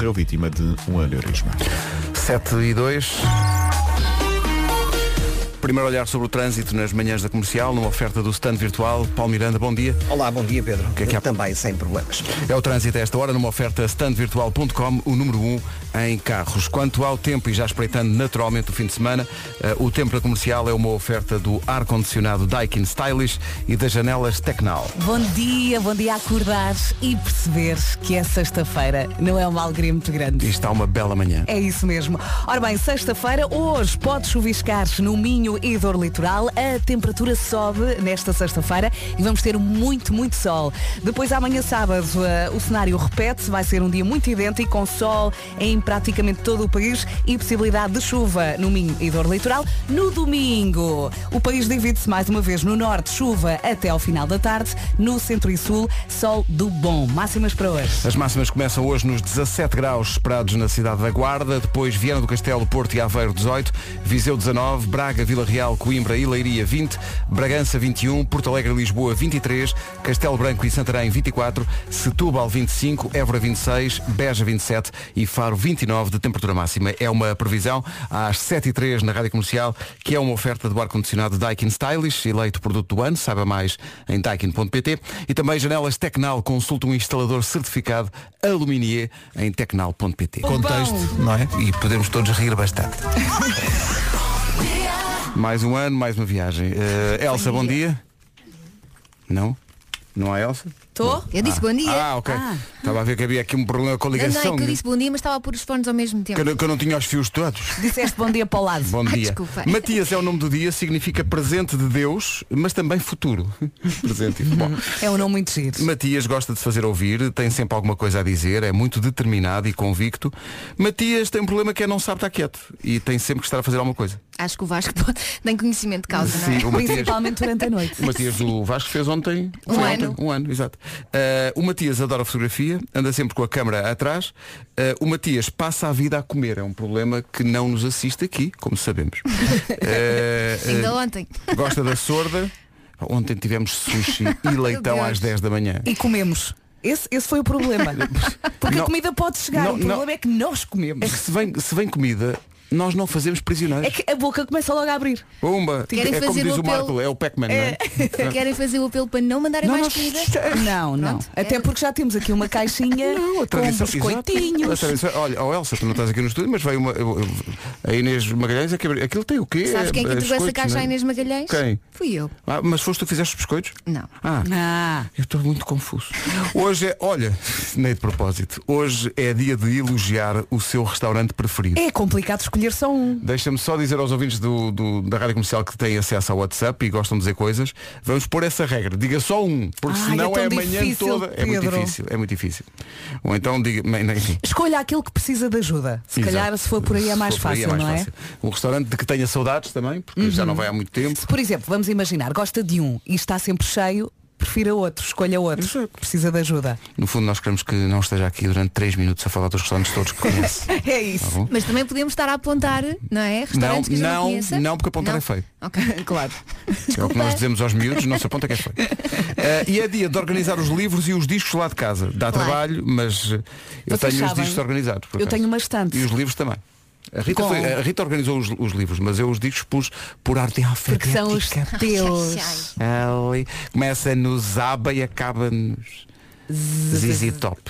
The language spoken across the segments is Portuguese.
morreu vítima de um aneurisma. 7 e 2. Primeiro olhar sobre o trânsito nas manhãs da comercial, numa oferta do stand virtual. Paulo Miranda, bom dia. Olá, bom dia Pedro. é que há? Também sem problemas. É o trânsito a esta hora, numa oferta standvirtual.com, o número 1 em carros. Quanto ao tempo, e já espreitando naturalmente o fim de semana, eh, o tempo da comercial é uma oferta do ar-condicionado Daikin Stylish e das janelas Tecnal. Bom dia, bom dia a acordares e perceberes que é sexta-feira, não é uma alegria muito E grande. está uma bela manhã. É isso mesmo. Ora bem, sexta-feira, hoje pode chuviscar no Minho e Dor Litoral. A temperatura sobe nesta sexta-feira e vamos ter muito, muito sol. Depois, amanhã sábado, eh, o cenário repete-se. Vai ser um dia muito idêntico, com sol em praticamente todo o país e possibilidade de chuva no Minho e Dor Litoral. No domingo, o país divide-se mais uma vez. No norte, chuva até ao final da tarde. No centro e sul, sol do bom. Máximas para hoje. As máximas começam hoje nos 17 graus esperados na cidade da Guarda, depois Viana do Castelo, Porto e Aveiro 18, Viseu 19, Braga, Vila Real, Coimbra e Leiria 20, Bragança 21, Porto Alegre e Lisboa 23, Castelo Branco e Santarém 24, Setúbal 25, Évora 26, Beja 27 e Faro 29 de temperatura máxima. É uma previsão às 7 e 3 na Rádio Comercial, que é uma oferta do ar-condicionado Daikin Stylish, eleito produto do ano, saiba mais em daikin.pt e também janelas Tecnal, consulta um instalador certificado Aluminier em tecnal.pt. Bom. Contexto, não é? E podemos todos rir bastante. mais um ano, mais uma viagem. Eh, Elsa, bom dia. Não? Não há Elsa? Estou? Eu disse bom dia. Ah, ok. Ah. Estava a ver que havia aqui um problema com a Não, ligação. não, é que eu disse bom dia, mas estava a pôr os fones ao mesmo que tempo. eu não- que eu não tinha os fios todos. Disseste bom dia para o lado. Bom Ah, dia. desculpa. Matias é o nome do dia, significa presente de Deus, mas também futuro. presente. e- Bom, É um nome muito giro. Matias gosta de se fazer ouvir, tem sempre alguma coisa a dizer, é muito determinado e convicto. Matias tem um problema que é não sabe estar quieto e tem sempre que estar a fazer alguma coisa. Acho que o Vasco pode- tem conhecimento de causa, não é? Sim, o Matias. Principalmente durante a noite. O Matias do Vasco fez ontem foi Um ontem, ano. um ano, exato. Eh, o Matias adora fotografia, anda sempre com a câmara atrás. Eh, o Matias passa a vida a comer, é um problema que não nos assiste aqui, como sabemos. Eh, eh, Ainda ontem. Gosta da sorda. Ontem tivemos sushi e leitão Deus. É às 10 da manhã. E comemos. Esse, esse foi o problema. Porque Não. a comida pode chegar. Não, o problema não. é que nós É comemos. que se vem, se vem comida, nós não fazemos prisioneiros. É que a boca começa logo a abrir. Pumba! Querem é como fazer diz o o apelo- Marco, é o Pac-Man, não é? Querem fazer o apelo para não mandarem mais comida? Não, não. Pronto. Até É- porque já temos aqui uma caixinha com exato. A biscoitinhos. tradição- Olha, ó Elsa, tu não estás aqui no estúdio, mas veio uma. eu- eu- A Inês Magalhães, aquilo aquilo tem o quê? Sabes quem é que Eh, entregou essa biscoitos, caixa não à é? Inês Magalhães? Quem? Fui eu. Ah, mas foste tu que fizeste os biscoitos? Não. Ah, Ah, Eu estou muito confuso. Hoje é, olha, nem de propósito, hoje é dia de elogiar o seu restaurante preferido. é complicado escolher só um. Deixa-me só dizer aos ouvintes do, do- da Rádio Comercial que têm acesso ao WhatsApp e gostam de dizer coisas, vamos pôr essa regra. Diga só um, porque Ai, senão é tão é amanhã difícil, toda. É muito Pedro. difícil, é muito difícil. Ou então diga, enfim. Escolha aquele que precisa de ajuda. Se calhar, Exato. se for por aí, é Se mais for por aí fácil, não é? Uhum. Um restaurante de que tenha saudades também, porque já não vai há muito tempo. Se, por exemplo, vamos imaginar, gosta de um e está sempre cheio, prefira outro, escolha outro. Precisa de ajuda. No fundo nós queremos que não esteja aqui durante 3 minutos a falar dos restaurantes todos que conhece. É isso. Mas também podemos estar a apontar, não é? Não, Restaurantes que a gente não, conheça. não, porque apontar Não? é feio. Ok. Claro. É o que Desculpa. nós dizemos aos miúdos, não se aponta quem é foi. Eh, e é dia de organizar os livros e os discos lá de casa. Dá Claro. trabalho, mas eh, eu Vocês tenho os sabem, discos organizados. por eu acaso. tenho uma estante. E os livros também. A Rita, Com- foi- a Rita organizou os, os livros, mas eu os discos pus por ordem Porque alfabética. são os teus. Ali. Começa no Zaba e acaba nos Zizi Top.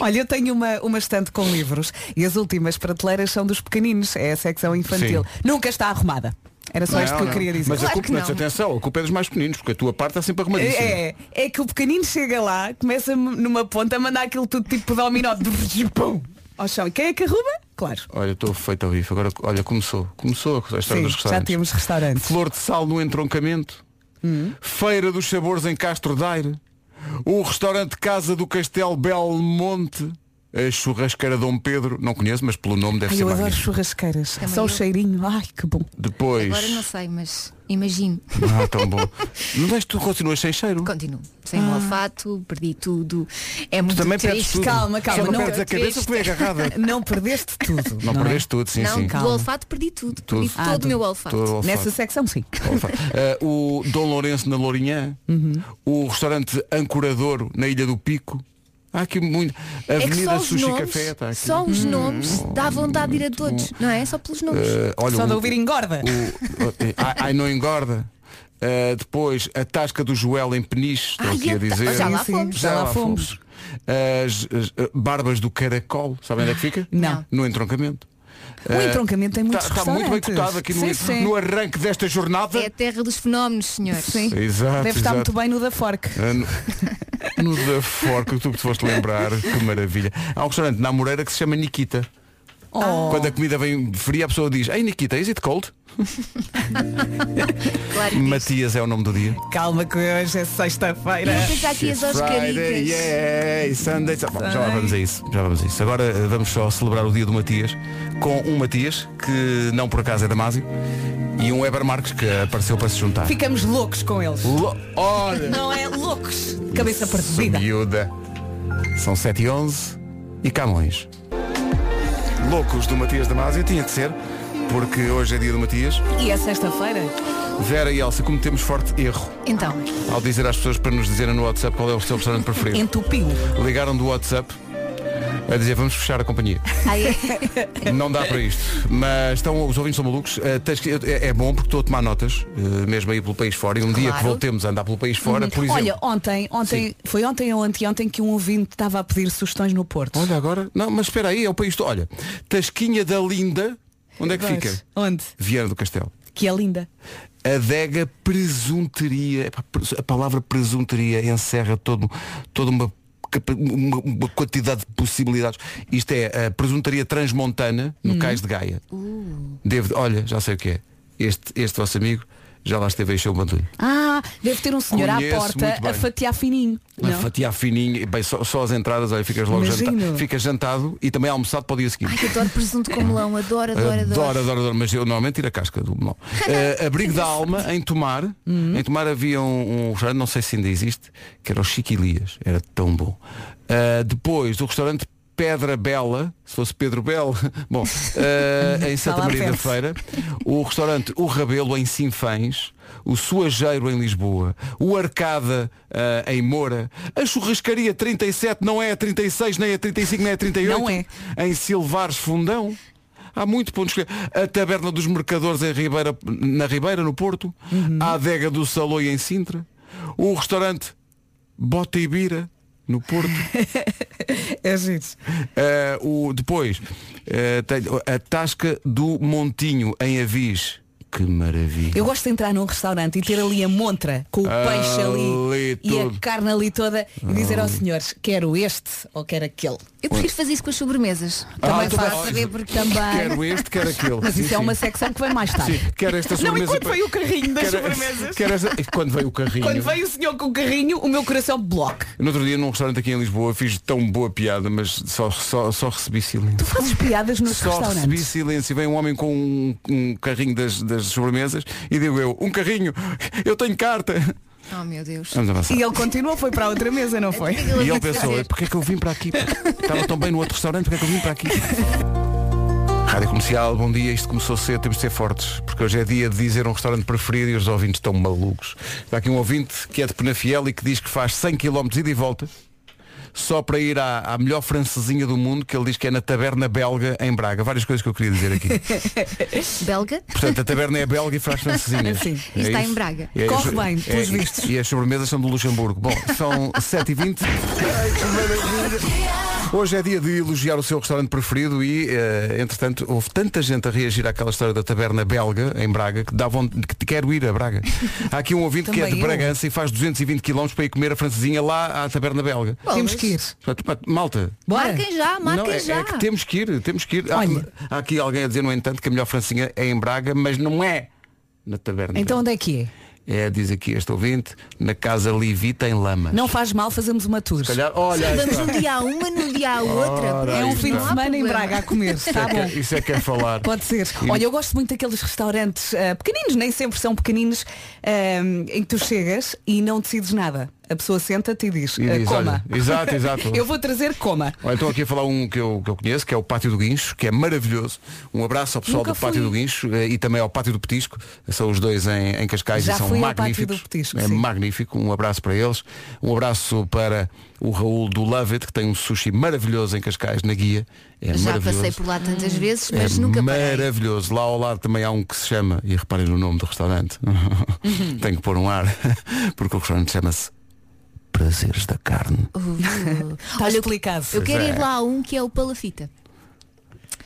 Olha, eu tenho uma, uma estante com livros e as últimas prateleiras são dos pequeninos, é a secção infantil. Sim. Nunca está arrumada. Era só isto que eu não. queria dizer. Mas a Claro culpa, que não. não. atenção, a culpa é dos mais pequeninos, porque a tua parte está sempre arrumadíssima. É, é que o pequenino chega lá, começa numa ponta a mandar aquilo tudo tipo dominó pum, ao chão. E quem é que arruma? Claro. Olha, estou feito ao bife. Agora, olha, começou. Começou a história Sim, dos já restaurantes. temos restaurantes. Flor de Sal no Entroncamento. Feira dos Sabores em Castro Daire. O restaurante Casa do Castelo Belmonte. A churrasqueira Dom Pedro. Não conheço, mas pelo nome deve Ai, ser eu adoro magnífico. churrasqueiras. Também Só o eu. cheirinho. Ai, que bom. Depois. Agora não sei, mas imagino. Ah, tão bom. não deixes tu continuas sem cheiro. Continuo. Sem ah. olfato, perdi tudo. É muito Também perdes triste. tudo. Calma, calma, Só não, não- perdes a cabeça que foi agarrada. Não perdeste tudo. Não, é? perdeste tudo, sim, Não, sim. do olfato perdi tudo. Tudo. Perdi Ah, todo do- o meu olfato. Todo olfato. Nessa secção sim. Olfato. Eh, Uhum. o Dom Lourenço na Lourinhã, o restaurante Ancoradouro na Ilha do Pico, Há aqui muito. É que só Avenida os Sushi nomes, Café está aqui. Hum. só os nomes dá vontade de ir a todos, não é? Só pelos nomes. Eh, olha, Só de o- ouvir engorda. o- o- eh, ai, ai, não engorda. Eh, depois, a tasca do Joel em Peniche, estou Ai, aqui a a ta- dizer. já lá Sim, sim, fomos. já lá fomos. As, as, eh, barbas do Caracol, sabem onde é que fica? Não. No entroncamento. O entroncamento tem muitos Está É, tá, muito bem restaurantes. cotado aqui no, Sim, sim. É, no arranque desta jornada. É a terra dos fenómenos, senhores. Sim. Exato, Deve estar exato. muito bem no da Fork. Ah, No, no da Forca, que tu te foste lembrar, que maravilha. Há um restaurante na Moreira que se chama Nikita. Oh. Quando é a comida vem fria, a pessoa diz, Ei Nikita, is it cold? Claro que diz. Matias é o nome do dia. Calma que hoje é sexta-feira. Não tens aqui as Oscaricas. yeah, Sunday. Bom, já lá vamos a isso. Já vamos a isso. Agora eh, vamos só celebrar o dia do Matias com um Matias, que não por acaso é Damásio, e um Weber Marques que apareceu para se juntar. Ficamos loucos com eles. Lo- Olha! Não é loucos. Cabeça perdida. Miúda. São 7 e 11 e Camões. Loucos do Matias Damasio tinha de ser, porque hoje é dia do Matias. E é sexta-feira. Vera e Elsa cometemos forte erro Então, ao dizer às pessoas para nos dizerem no WhatsApp qual é o seu restaurante preferido. Entupiu. Ligaram do WhatsApp a dizer vamos fechar a companhia. aí é. Não dá para isto. Mas estão, os ouvintes são malucos. Eh, tens que- é, é bom porque estou a tomar notas, eh, mesmo aí pelo país fora. E um dia que Claro. voltemos a andar pelo país fora, por exemplo. Olha, ontem, ontem, foi ontem ou anteontem que um ouvinte estava a pedir sugestões no Porto. Olha agora. Não, mas espera aí, é o país. todo. Olha, Tasquinha da Linda. Onde é que Pois. fica? Onde? Viana do Castelo. Que é linda. Adega Presunteria. Epá, pres- A palavra presunteria encerra todo, toda uma, capa- uma- uma quantidade de possibilidades. Isto é a presuntaria transmontana Uhum. no Cais de Gaia. Uh. Devo, olha, já sei o que é. Este, este vosso amigo já lá esteve a encher o bandulho. Ah, deve ter um senhor Conheço à muito bem. porta a fatiar fininho. Uma não? fatia fininha, e bem, só, só as entradas, olha, ficas logo Imagino. janta, ficas jantado e também almoçado para o dia seguinte. Ai, que adoro presunto com melão. Adoro, adoro, adoro. Adoro, adoro, adoro, mas eu normalmente tiro a casca do melão. Eh, abrigo da alma, em Tomar, Uhum. em Tomar havia um, um restaurante, não sei se ainda existe, que era o Chiquilias, era tão bom. Eh, depois, do restaurante Pedra Bela, se fosse Pedro Bela, bom, eh, em Santa lá Maria da perto. Feira, o restaurante O Rabelo em Sinfãs, o Suageiro em Lisboa, o Arcada eh, em Moura, a Churrascaria 37 não é a 36, nem a 35, nem a 38, Não é. em Silvares Fundão. Há muito pontos que A Taberna dos Mercadores em Ribeira, na Ribeira, no Porto. Uhum. A Adega do Saloi em Sintra. O restaurante Bota e Bira, no Porto. É gente. Eh, o, depois, eh, tenho a Tasca do Montinho em Avis. Que maravilha. Eu gosto de entrar num restaurante e ter ali a montra com o peixe ali Ali e tudo. a carne ali toda e dizer aos senhores, quero este ou quero aquele. Eu prefiro fazer isso com as sobremesas. Ah, Também tu faço. vais- Saber porque também. Quero este, quero aquele. Mas Sim, isso é sim. uma secção que vem mais tarde. Sim, quero esta Não, sobremesa. enquanto para- veio o carrinho das Quero- sobremesas. quero esta- Quando veio o carrinho. Quando veio o senhor com o carrinho, o meu coração bloque. No outro dia num restaurante aqui em Lisboa fiz tão boa piada, mas só, só, só recebi silêncio. Tu fazes piadas nos Só recebi restaurantes. silêncio. Vem um homem com um, um carrinho das, das sobremesas e digo eu, um carrinho, eu tenho carta. Oh meu Deus. Vamos avançar. E ele continuou, foi para a outra mesa, não foi? Ah. E ele pensou, "Eh, porque é que eu vim para aqui? Estava tão bem no outro restaurante, porque é que eu vim para aqui? Rádio Comercial, bom dia, isto começou cedo, temos de ser fortes, porque hoje é dia de dizer um restaurante preferido e os ouvintes estão malucos. Está aqui um ouvinte que é de Penafiel e que diz que faz 100 km ida e volta só para ir à, à melhor francesinha do mundo, que ele diz que é na Taberna Belga, em Braga. Várias coisas que eu queria dizer aqui. Belga? Portanto, a taberna é belga e faz É francesinha. Sim. E está em Braga. Corre bem, pelos vistos. É E as sobremesas são do Luxemburgo. Bom, são 7h20. Hoje é dia de elogiar o seu restaurante preferido e, eh, entretanto, houve tanta gente a reagir àquela história da taberna belga, em Braga, que, dá vontade, que quero ir a Braga. Há aqui um ouvinte que é Também de eu. Bragança e faz 220 km para ir comer a francesinha lá à taberna belga. Temos que ir. Portanto, Malta, Bora. Marquem já, marquem não, é, já. é que temos que ir, temos que ir. Há, Olha. há aqui alguém a dizer, no entanto, que a melhor francinha é em Braga, mas não é na taberna. Então onde é que é? É, diz aqui este ouvinte, na casa Livita em Lamas. Não faz mal, fazemos uma tour. Se calhar, olha, é aí Vamos está. um dia a uma, no dia a outra. Ora, porque É aí um não fim de há semana em problema. Braga a comer, está Isso é bom. que- Isso é que é falar. Pode ser. E- Olha, eu gosto muito daqueles eh, restaurantes ah, pequeninos, nem sempre são pequeninos, ah, em que tu chegas e não decides nada. a pessoa senta-te e diz, E "Ah, diz, coma. olha, exato, exato. Eu vou trazer coma. Olha, estou aqui a falar um que eu, que eu conheço, que é o Pátio do Guincho, que é maravilhoso. Um abraço ao pessoal Nunca do Pátio fui. do Guincho eh, e também ao Pátio do Petisco. São os dois em, em Cascais Já e são fui ao Pátio magníficos. do Petisco, é sim. magnífico. Um abraço para eles. Um abraço para o Raul do Love It, que tem um sushi maravilhoso em Cascais, na guia. É Já maravilhoso. passei por lá tantas vezes, É mas nunca parei. maravilhoso. Lá ao lado também há um que se chama, e reparem no nome do restaurante, tenho que pôr um ar, porque o restaurante chama-se Prazeres da Carne. Uh, Está Olha, eu- explicado. eu quero é. ir lá a um que é o Palafita.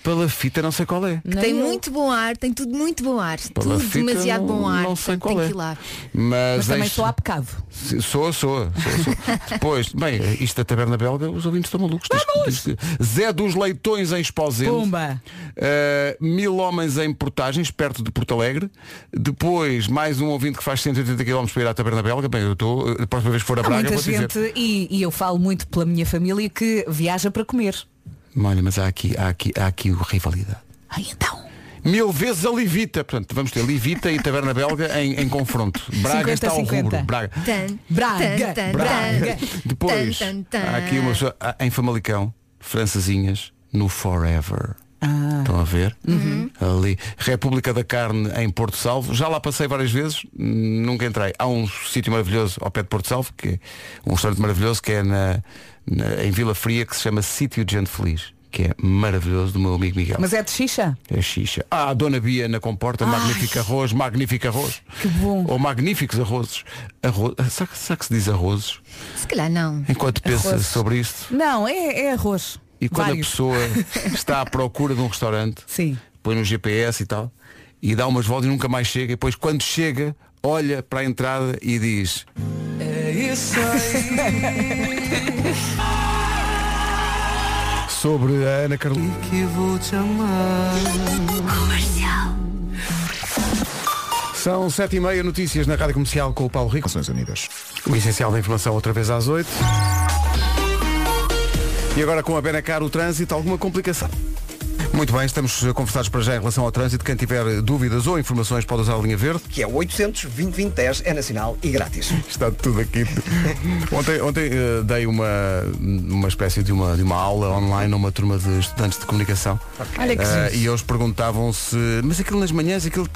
Pela fita não sei qual é. Que Nem tem eu. muito bom ar, tem tudo muito bom ar. Pela tudo fita, demasiado não- bom ar. não sei portanto, qual tem é. que ir lá. Mas, Mas também deixe- sou há pecado. Sim, Soa, soa, soa, soa. Depois, bem, isto da Taberna Belga, os ouvintes estão malucos. Diz- diz que- Zé dos Leitões em Esposende. Pumba. Uh, mil homens em portagens, perto de Porto Alegre. Depois, mais um ouvinte que faz 180 km para ir à Taberna Belga. Bem, eu estou, uh, a próxima vez que for a Há Braga, muita vou dizer. gente, e, e eu falo muito pela minha família, que viaja para comer. Olha, mas há aqui, há aqui, há aqui rivalidade. Ai, então. Mil vezes a Livita. Portanto, vamos ter Livita e Taberna Belga em, em confronto. Braga 50, está ao 50. rubro. Braga. Tan, Braga, tan, tan, Braga. tan. Depois, Tan, tan, tan. há aqui uma pessoa ah, em Famalicão, francesinhas, no Forever. Ah. Estão a ver? Uhum. Ali. República da Carne em Porto Salvo. Já lá passei várias vezes, hum, nunca entrei. Há um sítio maravilhoso ao pé de Porto Salvo, que é um restaurante maravilhoso que é na, na- em Vila Fria, que se chama Sítio de Gente Feliz, que é maravilhoso do meu amigo Miguel. Mas é de xixa? É xixa. Ah, a Dona Bia na comporta, magnífico arroz, magnífico arroz. Que bom. Ou magníficos arrozes. Arroz, ah, será, que- será que se diz arrozes? Se calhar não. Enquanto pensa Arrozes. sobre isto Não, é, é arroz. e quando Vários. a pessoa está à procura de um restaurante, Sim. põe um no GPS e tal, e dá umas voltas e nunca mais chega, e depois quando chega, olha para a entrada e diz. É isso aí. Sobre a Ana Carolina. Que vou te amar. São sete e meia notícias na Rádio Comercial com o Paulo Rico. Nações Unidas. O essencial da informação outra vez às 8. E agora com a Benacar o trânsito, alguma complicação? Muito bem, estamos eh, conversados para já em relação ao trânsito. Quem tiver eh, dúvidas ou informações pode usar a linha verde. que é 800 é nacional e grátis. Está tudo aqui. ontem ontem eh, dei uma, uma espécie de uma, de uma aula online a uma turma de estudantes de comunicação. Olha que Eh, giro. e eles perguntavam se. Mas aquilo nas manhãs, aquilo.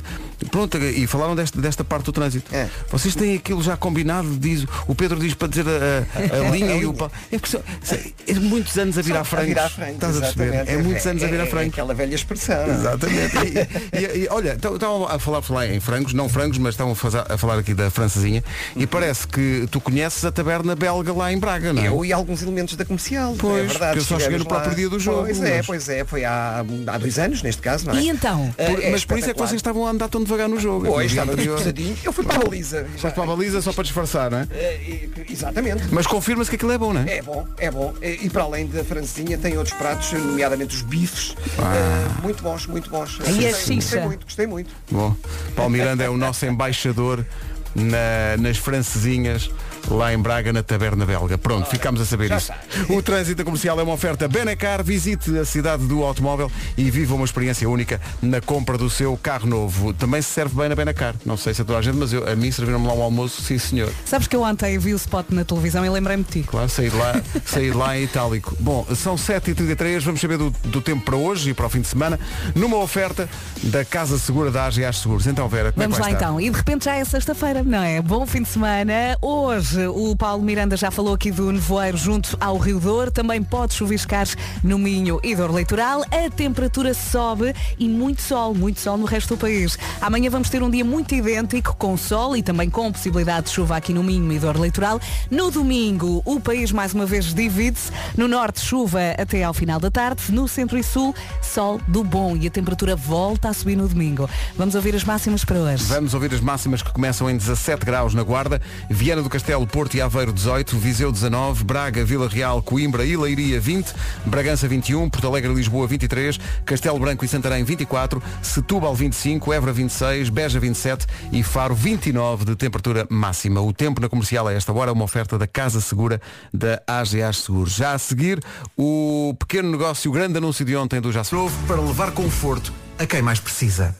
Pronto, eh, e falaram desta, desta parte do trânsito. É. Vocês têm aquilo já combinado, diz, o Pedro diz para dizer a, a- a linha e o pa- É porque são- são- é muitos anos a virar frangos. Estás a perceber? exatamente. É muitos anos a virar é frangos. Aquela velha expressão. Exatamente. E, e- e, olha, então, estavam a falar, falar em frangos, não frangos, mas estavam a, faza- a falar aqui da francesinha Uhum. e parece que tu conheces a taberna belga lá em Braga, não é? Eu e alguns elementos da comercial. Pois, é verdade, porque eu só cheguei no estivemos lá. próprio dia do jogo, Pois é, mas- pois é, foi há, há dois anos neste caso, não é? E então? É, Por- mas por isso é que espetacular. vocês estavam a andar tão devagar no jogo. No dia Pois, estava anterior. pesadinho. Eu fui para a baliza. já. Foste para a baliza só para disfarçar, não é? É, e- Exatamente. Mas confirma-se que aquilo é bom, não é? É bom, é bom. E e para além da francesinha tem outros pratos, nomeadamente os bifes. Ah. eh, muito bons, muito bons. Aí é Gostei- xixa. Gostei muito, gostei muito. Bom, Paulo Miranda é o nosso embaixador na- nas francesinhas lá em Braga, na Taberna Belga. Pronto, ficámos a saber já isso. está. O trânsito comercial é uma oferta Benacar. Visite a cidade do automóvel e viva uma experiência única na compra do seu carro novo. Também se serve bem na Benacar. Não sei se é toda a gente, mas eu, a mim serviram-me lá um almoço, sim senhor. Sabes que eu ontem vi o spot na televisão e lembrei-me de ti. Claro, saí de lá, saí de lá em itálico. Bom, são 7h33, vamos saber do, do tempo para hoje e para o fim de semana, numa oferta da Casa Segura da AGAs Seguros. Então, Vera, como é que Vamos lá vai estar? então. E de repente já é sexta-feira, não é? Bom fim de semana. Hoje o Paulo Miranda já falou aqui do nevoeiro junto ao Rio Douro. Também pode chuviscar no Minho e Douro Leitoral. A temperatura sobe e muito sol, muito sol no resto do país. Amanhã vamos ter um dia muito idêntico com sol e também com possibilidade de chuva aqui no Minho e Douro Leitoral. No domingo o país mais uma vez divide-se. No norte chuva até ao final da tarde. No centro e sul sol do bom e a temperatura volta a subir no domingo. Vamos ouvir as máximas para hoje. Vamos ouvir as máximas que começam em 17 graus na Guarda, Viana do Castelo, Porto e Aveiro 18, Viseu 19, Braga, Vila Real, Coimbra e Leiria 20, Bragança 21, Porto Alegre, e Lisboa 23, Castelo Branco e Santarém 24, Setúbal 25, Évora 26, Beja 27 e Faro 29 de temperatura máxima. O tempo na comercial a esta hora é uma oferta da Casa Segura da AGA Seguros. Já a seguir, o pequeno negócio, o grande anúncio de ontem do Já Se Ouve. novo para levar conforto a quem mais precisa.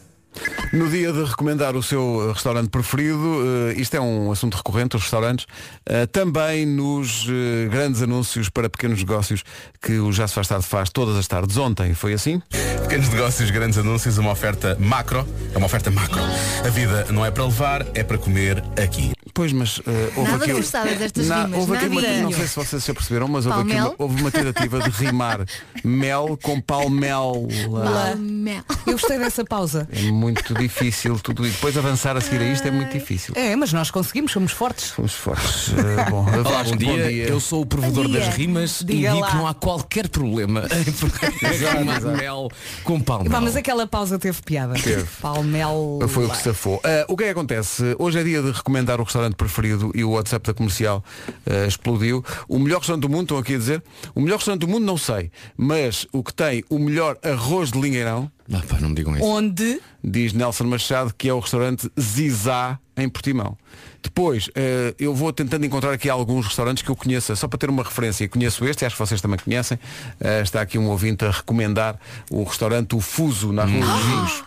No dia de recomendar o seu eh, restaurante preferido, eh, isto é um assunto recorrente, os restaurantes, eh, também nos eh, grandes anúncios para pequenos negócios que o Já Se Faz Tarde faz todas as tardes. Ontem foi assim? Pequenos negócios, grandes anúncios, uma oferta macro. É uma oferta macro. A vida não é para levar, é para comer aqui. Pois, mas eh, houve Nada aqui... gostava destas rimas, houve aqui uma, nadinho. não sei se vocês se aperceberam, mas houve, aqui Palmel? uma, houve uma tentativa de rimar mel com palmel. Palmel. Eu gostei dessa pausa. É muito difícil tudo e depois avançar a seguir a isto é muito difícil. É, mas nós conseguimos, somos fortes. Somos fortes. Eh, bom, Olá, Vasco, bom, dia. eu sou o provedor Bom dia. das rimas Diga e digo lá. que não há qualquer problema em pegar rimar mel com palma. Pá, mas é aquela pausa teve piada. Teve. Palmel. Foi o que se safou. Ah, o que é que acontece? Hoje é dia de recomendar o restaurante preferido e o WhatsApp da comercial ah, explodiu. O melhor restaurante do mundo, estão aqui a dizer. O melhor restaurante do mundo não sei, mas o que tem o melhor arroz de lingueirão, Ah, pá, não me digam isso. Onde diz Nelson Machado, que é o restaurante Zizá em Portimão. Depois, ah, eu vou tentando encontrar aqui alguns restaurantes que eu conheça, só para ter uma referência. Conheço este, acho que vocês também conhecem. Ah, está aqui um ouvinte a recomendar o restaurante O Fuso, na Rua Hum. dos Rios.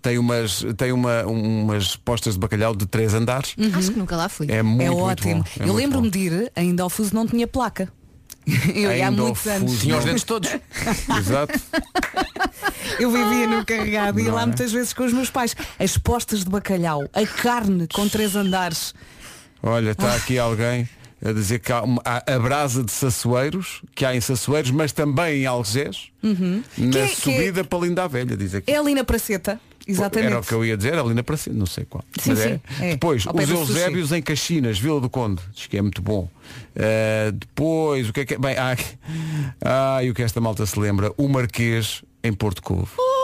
Tem umas, tem uma, umas postas de bacalhau de três andares. Acho que nunca lá fui. É muito, é muito ótimo. bom. É eu muito lembro-me bom. de ir, ainda ao fuso não tinha placa. Eu ia há Ainda ao muitos anos. fuso. Tinha os dentes todos. Exato. Eu vivia no carregado e é? ia lá muitas vezes com os meus pais. As postas de bacalhau, a carne com três andares. Olha, está aqui alguém a dizer que há, uma- há a brasa de Sassoeiros, que há em Sassoeiros, mas também em Algés, na Que é- que é- subida para Linda a Velha, diz aqui. É ali na praceta. Exatamente. Era o que eu ia dizer, ali na praça, não sei qual. Sim, Mas sim, é. é. Depois, Ao pé os do sushi. Eusébios em Caxinas, Vila do Conde, diz que é muito bom. Uh, depois, o que é que é? Bem, há... Ai, o que esta malta se lembra? O Marquês em Porto Covo. Oh!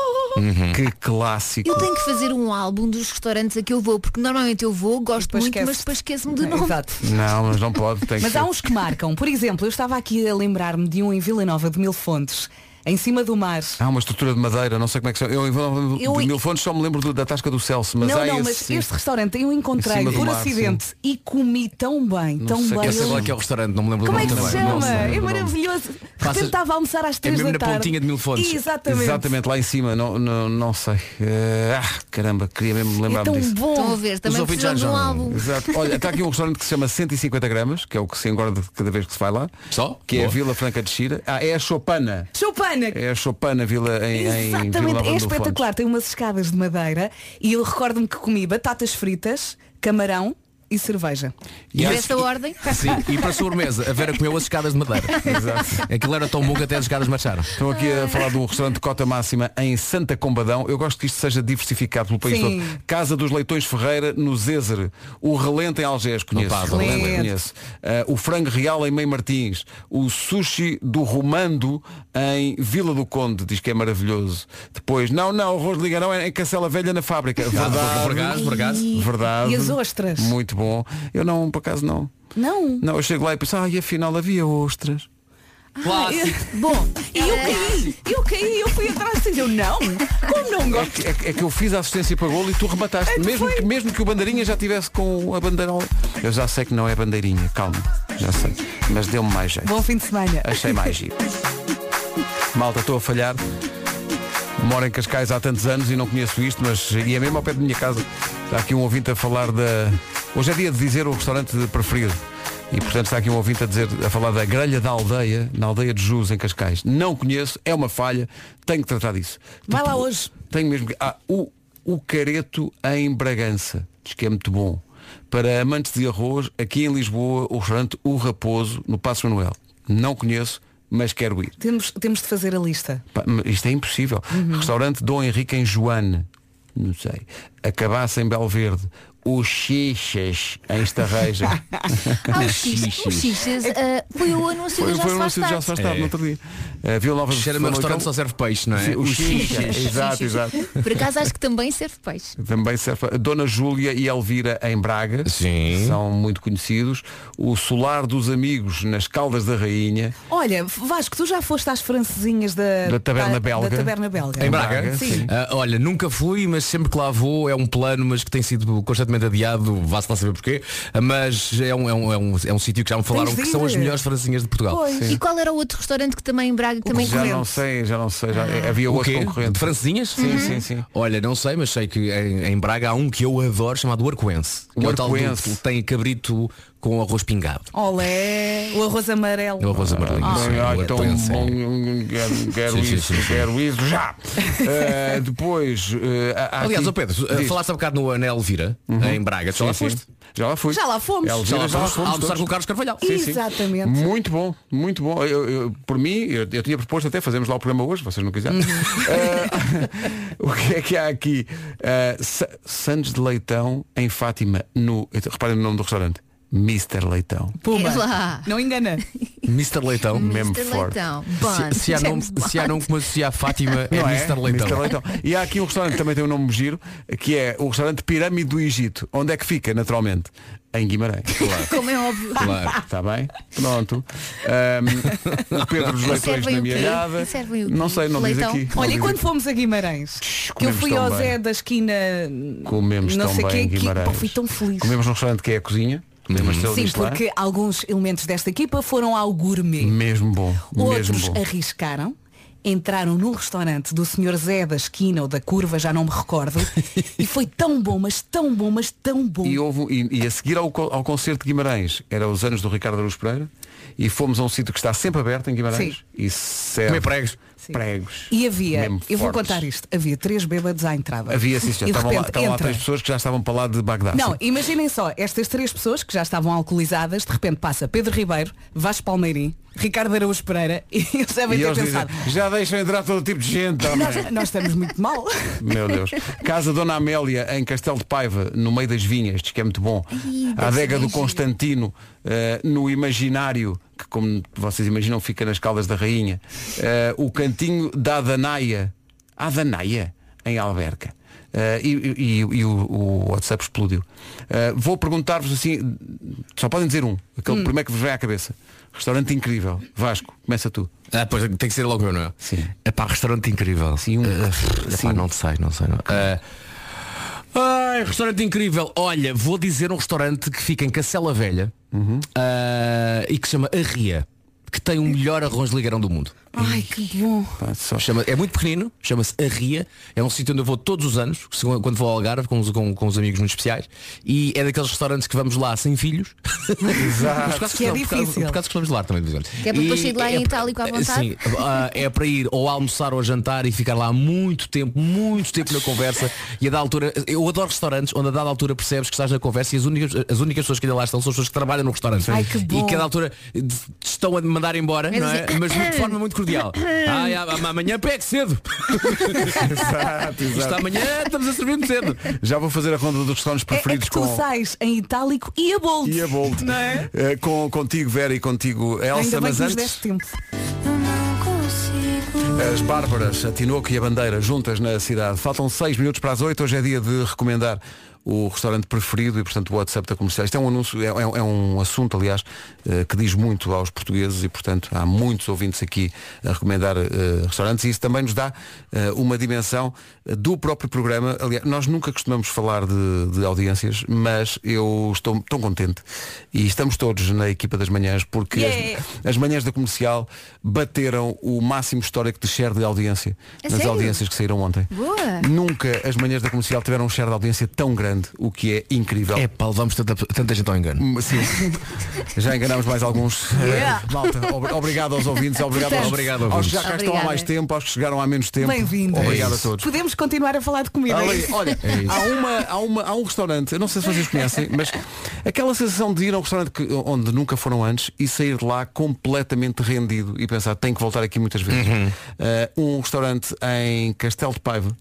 Que clássico. Eu tenho que fazer um álbum dos restaurantes a que eu vou, porque normalmente eu vou, gosto Depois muito, esquece. mas depois esqueço-me de novo. É, Exato. Não, mas não pode, tem que Mas ser. há uns que marcam. Por exemplo, eu estava aqui a lembrar-me de um em Vila Nova de Mil Fontes, em cima do mar. Há uma estrutura de madeira, não sei como é que chama. Eu, eu, Eu- de mil fontes só me lembro do- da tasca do Celso, mas não, há não, esse, mas sim. este restaurante eu Em encontrei cima do por mar, acidente e comi tão bem, Não tão sei, bem. eu Eu sei Eu- lá que é o restaurante, não me lembro Como o é nome que se também. chama? Não sei, não é lembro o nome. maravilhoso. De Passas- repente estava a almoçar É às 3 mesmo da na tarde. pontinha de Mil Fontes. Exatamente. Exatamente, lá em cima, não, não, não sei. Eh, ah, caramba, queria mesmo É lembrar-me tão disso. Estão a bom. ver, Os também ouvintes precisam de já- um já- álbum. Exato. Olha, está aqui um restaurante que se chama 150 gramas, que é o que se engorda cada vez que se vai lá. Só? Que é a Boa. Vila Franca de Xira. Ah, é a Chopana. Choupana. É a Chopana Vila em, em Vila Nova Exatamente, de é Mil espetacular. Tem umas escadas de madeira e eu recordo-me que comi batatas fritas, camarão e cerveja. E Por há- essa ordem. Sim, e para sobremesa, a Vera comeu as escadas de madeira. Exato. Aquilo era tão bom que até as escadas marcharam. Estão aqui a falar de um restaurante de cota máxima em Santa Combadão. Eu gosto que isto seja diversificado pelo país Sim. todo. Casa dos Leitões Ferreira, no Zézer. O Relento em Algés, conheço. Opa, Relento, Relento. conheço. Ah, o Frango Real em Meio Martins. O Sushi do Romando em Vila do Conde. Diz que é maravilhoso. Depois, não, não, o Arroz de Ligarão é em Cancela Velha na fábrica. Por Verdade. acaso, por acaso. E- Verdade. E as ostras? Muito bom. Eu não, por acaso não. Não. Não, eu chego lá e penso, ai, afinal havia ostras. Clássico. Bom, e eu caí, eu caí, eu fui atrás de eu não, como não É gosto? que, é que- é que eu fiz a assistência para golo e tu remataste. É que mesmo, foi. que, mesmo que o bandeirinha já tivesse com a bandeirola. Eu já sei que não é bandeirinha, calma. Já sei. Mas deu-me mais jeito. Bom fim de semana. Achei mais giro. Malta, estou a falhar. Moro em Cascais há tantos anos e não conheço isto, mas e é mesmo ao pé da minha casa. Está aqui um ouvinte a falar da. Hoje é dia de dizer o restaurante preferido. E portanto está aqui um ouvinte a dizer, a falar da grelha da aldeia, na aldeia de Jus, em Cascais. Não conheço, é uma falha, tenho que tratar disso. Tipo, Vai lá hoje. Tenho mesmo que. Ah, o, o Careto em Bragança. Diz que é muito bom. Para amantes de arroz, aqui em Lisboa, o restaurante O Raposo, no Passo Manuel. Não conheço, mas quero ir. Temos, temos de fazer a lista. Pá, mas Isto é impossível. Restaurante Dom Henrique em Joane. Não sei. Acabaça em Belverde. Os Xixas em Estarreja. Ah, os xixes. Os É xixes ah, foi o anúncio foi do Já foi um Se Faz anúncio de já Tarde. se faz tarde É. no outro dia. Eh, Vila Nova de Cheira-me a Famalicão. restaurante só serve peixe, não é? Sim, Os Xixas. Xixas. Exato, exato. Por acaso acho que também serve peixe. Também serve para- Dona Júlia e Elvira em Braga. Sim. São muito conhecidos. O Solar dos Amigos nas Caldas da Rainha. Olha, Vasco, tu já foste às francesinhas da, Da Taberna Belga. da Taberna Belga. Em Braga? Braga, sim. Ah, olha, nunca fui, mas sempre que lá vou é um plano, mas que tem sido indecentemente adiado, vá-se lá saber porquê, mas é um, é um, é um, é um sítio que já me falaram Tens de que ir. são as melhores francinhas de Portugal. Pois. E qual era o outro restaurante que também em Braga também Já correu? não sei, já não sei. Já, é, havia O outro quê? De concorrente. francesinhas? Uhum. Sim, sim, sim. Olha, não sei, mas sei que em, em Braga há um que eu adoro chamado Arcoense. O Que é o tal do- Arcoense. Tem cabrito com arroz pingado. É Olé, o arroz amarelo. O arroz amarelinho. Ah, sim, ai, o tão Arcoense é- bom, hum, quero, quero Sim, sim, isso, sim, sim. quero isso já. Eh, depois, eh, há- há Aliás, aqui- ó Pedro, eh, Diz. Uhum. falaste há bocado no, na Elvira, em Braga. Tu já lá Sim, sim. foste? Já lá fui. Já lá fomos. Elvira, Já lá já lá foste? fomos Almoçar todos. com o Carlos Carvalhal. Sim, sim. É Exatamente. Muito bom, muito bom. Eu, eu- por mim, eu, eu tinha proposto até fazermos lá o programa hoje, vocês não quiseram. Uhum. Eh, o que é que há aqui? Eh, Sa- Santos de Leitão em Fátima, no. Reparem no nome do restaurante. Mr. Leitão. Puma. É lá. Não engana. Mr. Leitão. Mesmo Mr. forte. Leitão. é Bond. Se, se há nome, James Bond. se há nome como associar a Fátima, é, Não Mr. Leitão. Mr. Leitão. E há aqui um restaurante que também tem um nome giro, que é o restaurante Pirâmide do Egito. Onde é que fica, naturalmente? Em Guimarães. Como é óbvio. Claro. Está bem? Pronto. Ahm, o Pedro dos Leitões Servem na é o quê? minha Servem o quê? Não sei, não Leitão? diz aqui. Não Olha, e diz quando aqui. fomos a Guimarães, que eu comemos fui tão ao bem. Zé da esquina, Comemos não tão sei bem quem, é em que Guimarães. pá, fui tão feliz. Comemos num restaurante que é a cozinha. Lembras-te dele Sim, disto lá? porque alguns elementos desta equipa foram ao gourmet. Mesmo bom. Mesmo Outros bom. arriscaram, entraram no restaurante do Sr. Zé da esquina ou da curva, já não me recordo, e foi tão bom, mas tão bom, mas tão bom. E, houve, um, e, e a seguir ao, co- ao concerto de Guimarães, era os anos do Ricardo Aruz Pereira, e fomos a um sítio que está sempre aberto em Guimarães. Sim. E serve Comer pregos. Sim. Pregos. E havia, Mesmo eu vou fortes. contar isto, havia três bêbados à entrada. Havia, sim, senhor. E de Estavam, lá, repente estavam lá entra. três pessoas que já estavam para lá de Bagdá. Não, Sim. imaginem só, estas três pessoas que já estavam alcoolizadas, de repente passa Pedro Ribeiro, Vasco Palmeirim, Ricardo Araújo Pereira e eles devem E ter eles dizem, pensado. já deixam entrar todo tipo de gente. homem." Nós, nós estamos muito mal. Meu Deus. Casa Dona Amélia, em Castelo de Paiva, no meio das vinhas, diz que é muito bom. a adega do Constantino, eh, no Imaginário, que como vocês imaginam fica nas Caldas da Rainha. Eh, o cantinho da Danaia, a Danaia, em Alberca. Eh, e e- e- e o, o WhatsApp explodiu. Eh, vou perguntar-vos assim, só podem dizer um, aquele Hum. primeiro que vos vem à cabeça. Restaurante incrível. Vasco, começa tu. Ah, pois tem que ser logo eu, não é? Sim. É pá, restaurante incrível. Sim, um- Ah, sim. epá, não sei, não sei. Não. Ah, ai, restaurante incrível. Olha, vou dizer um restaurante que fica em Cacela Velha Uhum. ah, e que se chama Arria, que tem o melhor arroz de ligarão do mundo. Ai, que bom. Pá, só- Chama, é muito pequenino, chama-se Arria, é um sítio onde eu vou todos os anos, segundo- quando vou ao Algarve com os, com, com os amigos muito especiais, e é daqueles restaurantes que vamos lá sem filhos. Exato. Por causa Que é por causa- difícil. Por causa que estamos lá também, de vez em quando. Que é para E depois sair de lá em é- Itálico à vontade? Sim, ah, é para ir ou almoçar ou jantar e ficar lá muito tempo, muito tempo na conversa e a dada altura, eu adoro restaurantes onde a dada altura percebes que estás na conversa e as únicas, as únicas pessoas que ainda lá estão são as pessoas que trabalham no restaurante. Ai, que bom. E que a dada altura eh, te estão a te mandar embora, Mas não é? assim, Mas de forma muito cordial. Ai, a- a- amanhã pegue cedo. Exato, Isto exato. amanhã estamos a servir muito cedo. Já vou fazer a ronda dos restaurantes É, é preferidos que tu com. sais em itálico e a Bolt. E a Bolt. Não é? Eh, com, contigo, Vera, e contigo, Ainda Elsa, bem mas que nos antes, deste tempo. as Bárbaras, a Tinoco e a Bandeira, juntas na cidade. Faltam 6 minutos para as 8, hoje é dia de recomendar o restaurante preferido e, portanto, o WhatsApp da comercial. Isto é um, anúncio, é, é- é um assunto, aliás, eh, que diz muito aos portugueses e, portanto, há muitos ouvintes aqui a recomendar eh, restaurantes e isso também nos dá eh, uma dimensão eh, do próprio programa. Aliás, nós nunca costumamos falar de, de audiências, mas eu estou tão contente e estamos todos na equipa das manhãs porque Yeah. as, as manhãs da comercial bateram o máximo histórico de share de audiência A nas sério? audiências que saíram ontem. Boa. Nunca as manhãs da comercial tiveram um share de audiência tão grande, o que é incrível. É pá, levamos tanta, tanta gente ao engano. Hum, Sim. Já enganámos mais alguns. Yeah. Eh, Malta, ob- obrigado aos ouvintes, obrigado, aos, Portanto, Obrigado, aos ouvintes. que já cá estão há Obrigada. mais tempo, aos que chegaram há menos tempo. Bem-vindos. Obrigado É a isso. todos. Podemos continuar a falar de comida. Ali, é isso? olha, há, uma, há, uma, há um restaurante, eu não sei se vocês conhecem, mas aquela sensação de ir a um restaurante que- onde nunca foram antes e sair de lá completamente rendido e pensar, tenho que voltar aqui muitas vezes. Uhum. Uh, um restaurante em Castelo de Paiva,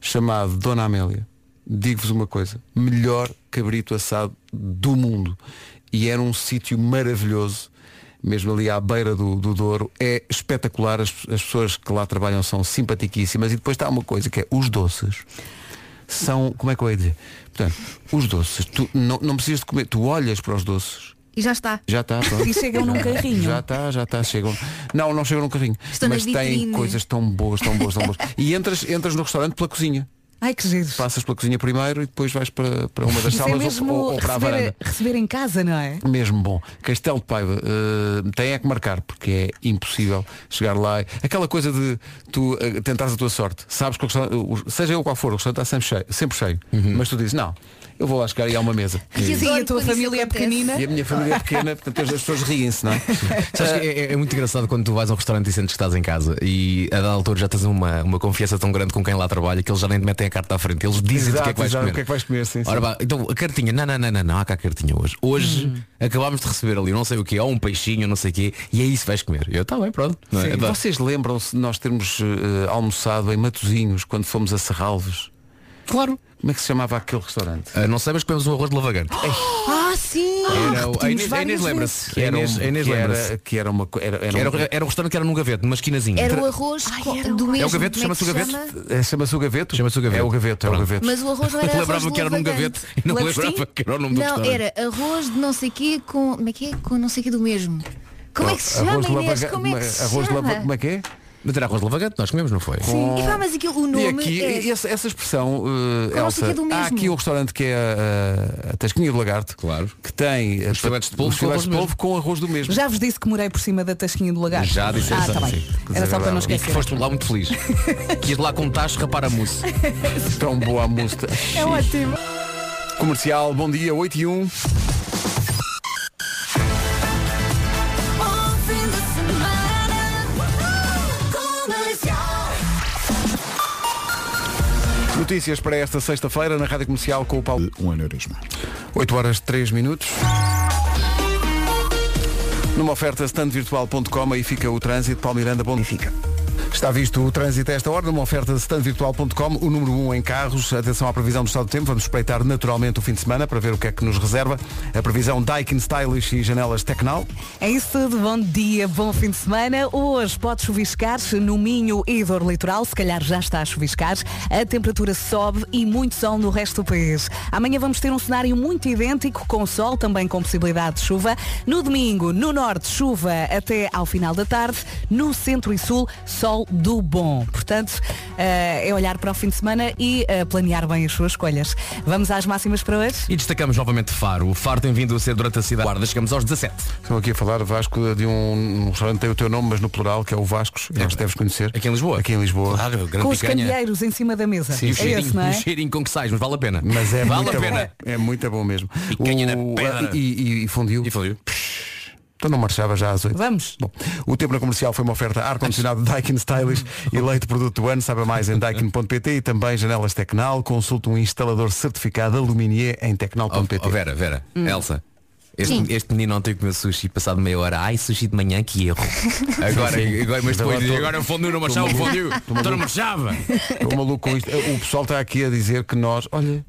chamado Dona Amélia. Digo-vos uma coisa, melhor cabrito assado do mundo. E era um sítio maravilhoso mesmo ali à beira do, do Douro, é espetacular, as, as pessoas que lá trabalham são simpaticíssimas e depois está uma coisa que é os doces são, como é que eu ia dizer? Portanto, os doces, tu não, não precisas de comer, tu olhas para os doces, E já está. já está, pronto. E chegam num Já- carrinho. Já está, já está, chegam. Não, não chegam num carrinho. Estão mas na têm vitrine. coisas tão boas, tão boas, tão boas. E entras, entras no restaurante pela cozinha. Ai, que giro. Passas pela cozinha primeiro e depois vais para, para uma das Isso é salas ou- mesmo ou, ou para a receber, varanda. receber em casa, não é? Mesmo bom. Castelo de Paiva eh, tem é que marcar, porque é impossível chegar lá. Aquela coisa de tu eh, tentares a tua sorte. Sabes que o restaurante, o- seja eu qual for, o restaurante está sempre cheio, sempre cheio. mas tu dizes, não, eu vou lá chegar e há uma mesa. E Sim, adoro a tua quando isso família é acontece. pequenina. E a minha família é pequena, portanto as pessoas riem-se, não é? Sabes que é, é muito engraçado quando tu vais a um restaurante e sentes que estás em casa e a dada altura já tens uma, uma confiança tão grande com quem lá trabalha que eles já nem te metem a carta à frente. Eles dizem-te o que é Exato, que vais exato, comer. o que é que vais comer, sim, sim. Ora bem, então a cartinha, não, não, não, não, não, há cá a cartinha hoje. Hoje Hum. acabámos de receber ali não sei o quê, ou um peixinho, não sei o quê, e é isso que vais comer. Eu, tá bem, pronto. Não é? Sim. Adoro. Vocês lembram-se de nós termos eh, almoçado em Matozinhos quando fomos a Serralves? Claro. Como é que se chamava aquele restaurante? Ah, não sei, mas comemos um arroz de lavagante. Ah, sim! Era o- a repetimos Inês, a Inês várias lembra-se. Que Era, um, Inês- que Inês era- lembra-se que era uma co- era, era um- era, era um restaurante que era num gaveto, numa esquinazinha. Era o arroz co- do mesmo. É o gaveto, como é que chama-se o se gaveto. chama? É, Chama-se o gaveto? Chama-se o Gaveto. É o gaveto, é o Pronto. gaveto. Mas o arroz não era Eu arroz lembrava de que era num lavagante. gaveto e não Lagostim? lembrava que era o nome do Não, restaurante. era arroz de não sei quê com. Como é que é? Com não sei quê do mesmo. Como é que se Oh, chama, arroz de Inês? lavaga- Como é que se Arroz de chama? lavaga- Como é que é? Mas era arroz de lavagante, nós comemos, não foi? Sim, e pá, mas aquilo, o E nome aqui, é. e essa, essa expressão, eh, não Elsa, sei que é do há mesmo. aqui um restaurante que é a, a Tasquinha do Lagarto, Claro. que tem eh, Os filetes de polvo os com filetes de arroz polvo com arroz do mesmo. Já vos disse que morei por cima da tasquinha do lagarto. Já disse Ah, tá isso, sim. assim, bem. Era só para não é E que esquecer. foste um lá muito feliz. Quis lá com um tacho rapar a mousse. Tão boa a música. É ótimo. Comercial, bom dia, 8 e 1. Notícias para esta sexta-feira na Rádio Comercial com o Paulo. De um aneurisma. 8 horas 3 minutos. Numa oferta standvirtual.com aí fica o trânsito. Paulo Miranda, bom dia. Fica. Está visto o trânsito a esta hora, numa oferta standvirtual.com, o número 1 um em carros. Atenção à previsão do estado do tempo, vamos espreitar naturalmente o fim de semana para ver o que é que nos reserva. A previsão Daikin Stylish e janelas Tecnal. É isso tudo, bom dia, bom fim de semana. Hoje pode chuviscar no Minho e Dor Litoral, se calhar já está a chuviscar. A temperatura sobe e muito sol no resto do país. Amanhã vamos ter um cenário muito idêntico, com sol, também com possibilidade de chuva. No domingo, no norte, chuva até ao final da tarde. No centro e sul, sol do bom. Portanto, eh, é olhar para o fim de semana e eh, planear bem as suas escolhas. Vamos às máximas para hoje? E destacamos novamente Faro. O Faro tem vindo a ser durante a cidade. Guarda, chegamos aos 17. Estão aqui a falar, Vasco, de um, um restaurante que tem o teu nome, mas no plural, que é o Vascos. É, que deves conhecer. Aqui em Lisboa? Aqui em Lisboa. Claro, grande Com os picanha. candeeiros em cima da mesa. E o é esse, cheirinho, não é? o cheirinho com que sais, mas vale a pena. Mas é vale muito a pena. bom. É muito bom mesmo. Picanha na pedra. E, e- e fundiu. E foi. Então não marchava já às 8. Vamos. Bom, o tempo na comercial foi uma oferta ar-condicionado Daikin Stylish, eleito produto do ano, saiba mais em daikin.pt e também janelas Tecnal, consulta um instalador certificado Aluminier em Oh, tecnal.pt. oh, Vera, Vera, Elsa. Sim. Este, este menino ontem comeu sushi passado meia hora. Ai, sushi de manhã, que erro. Agora, agora mas depois Agora diz, tô- agora fundiu, não marchava, fundiu. Então não marchava. Estou maluco com isto. é O pessoal está aqui a dizer que nós, olha,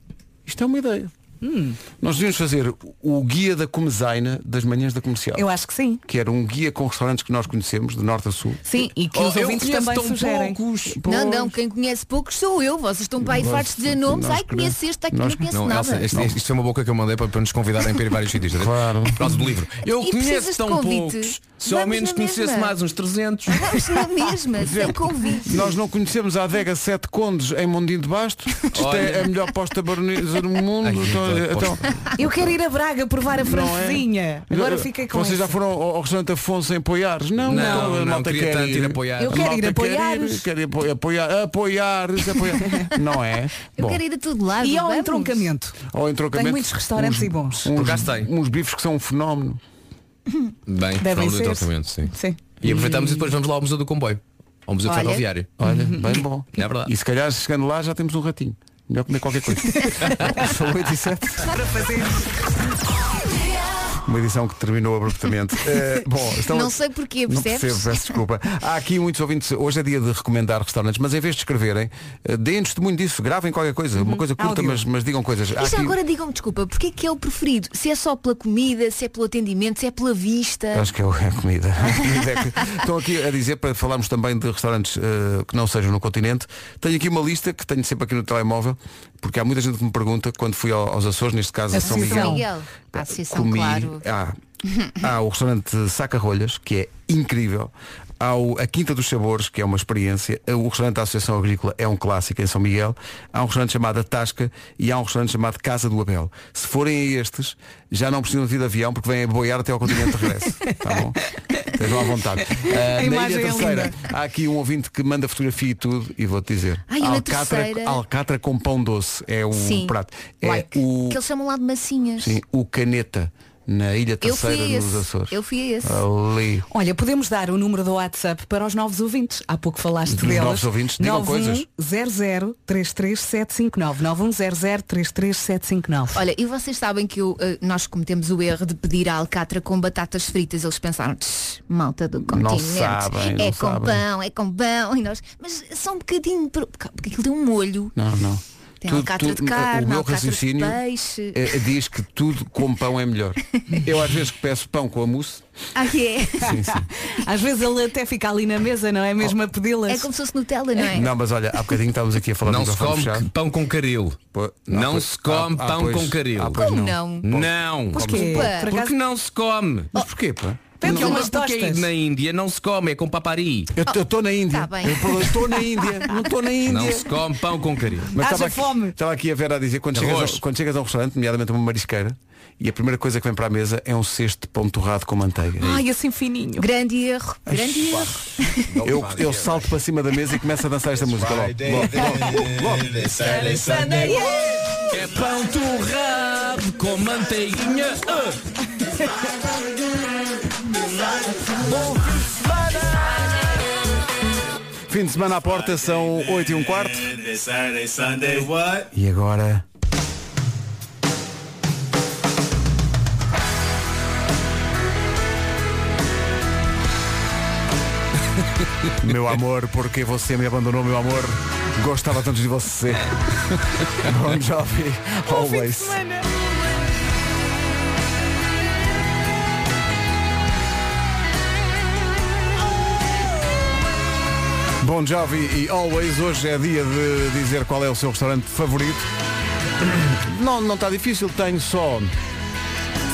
isto é uma ideia. Hum. Nós devíamos fazer o guia da comezaina das manhãs da comercial. Eu acho que sim. Que era um guia com restaurantes que nós conhecemos, de norte a sul. Sim, e que os Oh, eu ouvintes conheço também tão sugerem. poucos. Não, não, quem conhece poucos sou eu. Vocês estão para aí Nós- fartos de dizer nomes. nós Ai, conheço este, ai, que nós- não conheço Não, nada. Elsa, este- este- isto foi uma boca que eu mandei para, para nos convidarem para ir a vários sítios. tá a ver? Claro. Por causa do livro. Eu E conheço precisas de tão convite? poucos. Se ao Vamos menos na conhecesse mesma. Ah, mais uns 300. Vamos na mesma, sem convite. Nós não conhecemos a adega Sete Condes em Mondinho de Basto. Isto é Olha. a melhor posta baronesa do mundo. Ai, Então, então, adoro Eu quero ir a Braga provar a francesinha. Agora fiquei com Vocês já essa. foram ao, ao restaurante Afonso em Poiares? Não, Não, então, a não, malta queria quer tanto ir a Poiares. Eu a quero malta ir a quer ir, Poiares. Quer ir, apo- apoiar, apoiares, apoiar. não é? Eu Bom, um quero ir a todo lado. E ao vamos. entroncamento. ou em trocamento, Tem muitos restaurantes uns- e bons. Uns, Por acaso tem. uns bifes que são um fenómeno. Bem, Devem falando do ser. tratamento, sim. Sim. E aproveitamos e depois vamos lá ao Museu do Comboio. Ao Museu Olha. Ferroviário. Olha, Uhum. bem bom. É verdade. E se calhar chegando lá já temos um ratinho. Melhor comer qualquer coisa. São 8 e 7. Para fazer. Uma edição que terminou abruptamente. Eh, bom, estão- Não sei porquê, Não percebes? percebo, peço desculpa. Há aqui muitos ouvintes, hoje é dia de recomendar restaurantes, mas em vez de escreverem, eh, deem testemunho disso, gravem qualquer coisa, uma coisa curta, Áudio. mas, mas digam coisas. Há Uhum. E já aqui- agora digam-me desculpa, porque é que é o preferido? Se é só pela comida, se é pelo atendimento, se é pela vista. Acho que é o- é a comida. A comida é que- Estão aqui a dizer para falarmos também de restaurantes eh, que não sejam no continente. Tenho aqui uma lista que tenho sempre aqui no telemóvel, porque há muita gente que me pergunta quando fui ao- aos Açores, neste caso a São Associação. Miguel. Assim Ah, São Miguel. A Eh, associação, comi claro. há, há o restaurante Saca Rolhas que é incrível Há o- a Quinta dos Sabores, que é uma experiência. O restaurante da Associação Agrícola é um clássico em São Miguel. Há um restaurante chamado A Tasca e há um restaurante chamado Casa do Abel. Se forem a estes, já não precisam de vir de avião porque vêm a boiar até ao continente de regresso. Tá bom? Estejam à vontade. Ah, A na imagem Ilha é Terceira, linda. há aqui um ouvinte que manda fotografia e tudo e vou-te dizer. Ai, e na alcatra, Terceira? alcatra com pão doce é o Sim. prato. É Like. o, Que eles chamam lá de massinhas. sim, o caneta na Ilha Eu fui a Terceira nos Açores. Ah, esse. Eu fui a esse. Ali. Olha, podemos dar o número do WhatsApp para os novos ouvintes. Há pouco falaste Os deles. novos ouvintes, digam coisas. 910033759. 910033759. Olha, e vocês sabem que eu, eh, nós cometemos o erro de pedir a alcatra com batatas fritas. Eles pensaram, "Tch, malta do continente, sabem, é não com sabem." pão, é com pão. E nós, mas só um bocadinho, por- porque aquilo tem um molho. Não, não. Tem Tu- alcatra tu- de carne, o meu alcatra de raciocínio peixe. eh, diz que tudo com pão é melhor. Eu às vezes peço pão com a mousse. Ah, que é? Às vezes ele até fica ali na mesa, não é mesmo a pedi-las? É como se fosse Nutella, não é? Não, mas olha, há bocadinho estávamos aqui a falar Não do se microfone come fechado. pão com caril. Pô, Não pois- se come ah, ah, pão pois- com caril. ah, pois Como não? Não. Mas porquê? Por acaso- Porque não se come. Mas porquê, pá? Oh, Tem Porque que umas porque aí tostas. na Índia não se come, é com papari. Eu estou na Índia. Tá bem. eu estou na Índia. Não estou na Índia. Não se come pão com caril. Mas Haja estava aqui- fome. Estava aqui a Vera a dizer, quando chegas, Arroz. a, quando chegas a um restaurante, nomeadamente a uma marisqueira, e a primeira coisa que vem para a mesa é um cesto de pão torrado com manteiga. Ah, Ai, assim fininho. Grande erro, grande erro. Eu, eu salto para cima da mesa e começo a dançar esta música. Logo, logo, logo, logo. É pão torrado com manteiguinha. Fim de semana à porta, são 8 e um quarto. E agora. Meu amor, porque você me abandonou, meu amor? Gostava tanto de você. Bon Jovi, always. Bon Jovi e Always, hoje é dia de dizer qual é o seu restaurante favorito. Não, não está difícil, tenho só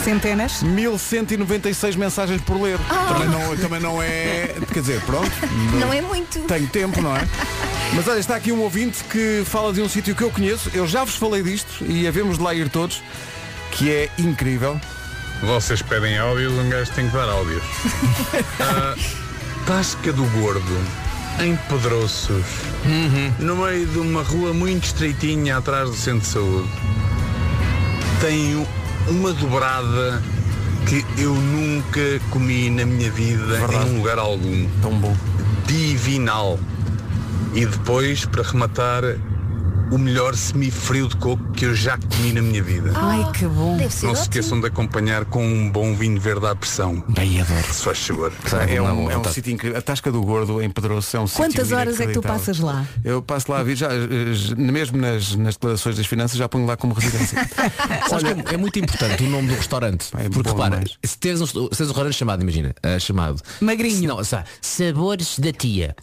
Centenas? 1196 mensagens por ler. Ah. Também, não, também não é. Quer dizer, pronto, Não é muito. tenho tempo, não é? Mas olha, está aqui um ouvinte que fala de um sítio que eu conheço, eu já vos falei disto e havemos de lá ir todos, que é incrível. Vocês pedem áudios, um gajo tem que dar áudios. Ah, Tasca do Gordo, em Pedroços, no meio de uma rua muito estreitinha atrás do centro de saúde, tem u- uma dobrada que eu nunca comi na minha vida Verdade. em lugar algum. Tão bom. Divinal. E depois, para rematar, o melhor semifrio de coco que eu já comi na minha vida. Ai, que bom. Deve ser Não se ótimo. esqueçam de acompanhar com um bom vinho verde à pressão. Bem, adoro. Se faz favor. É Não, um, boa é um vontade. sítio incrível. A Tasca do Gordo em Pedroso é um sítio Quantas horas é que tu inacreditável. passas lá? Eu passo lá a vir, já, eh, j- mesmo nas, nas declarações das finanças, já ponho lá como residência. Sabes que é- é muito importante o nome do restaurante. Pá, é porque bom repara, demais. se tens, um, se tens um restaurante chamado, imagina, ah, chamado. Magrinho. Se Não, sa- sabores da tia.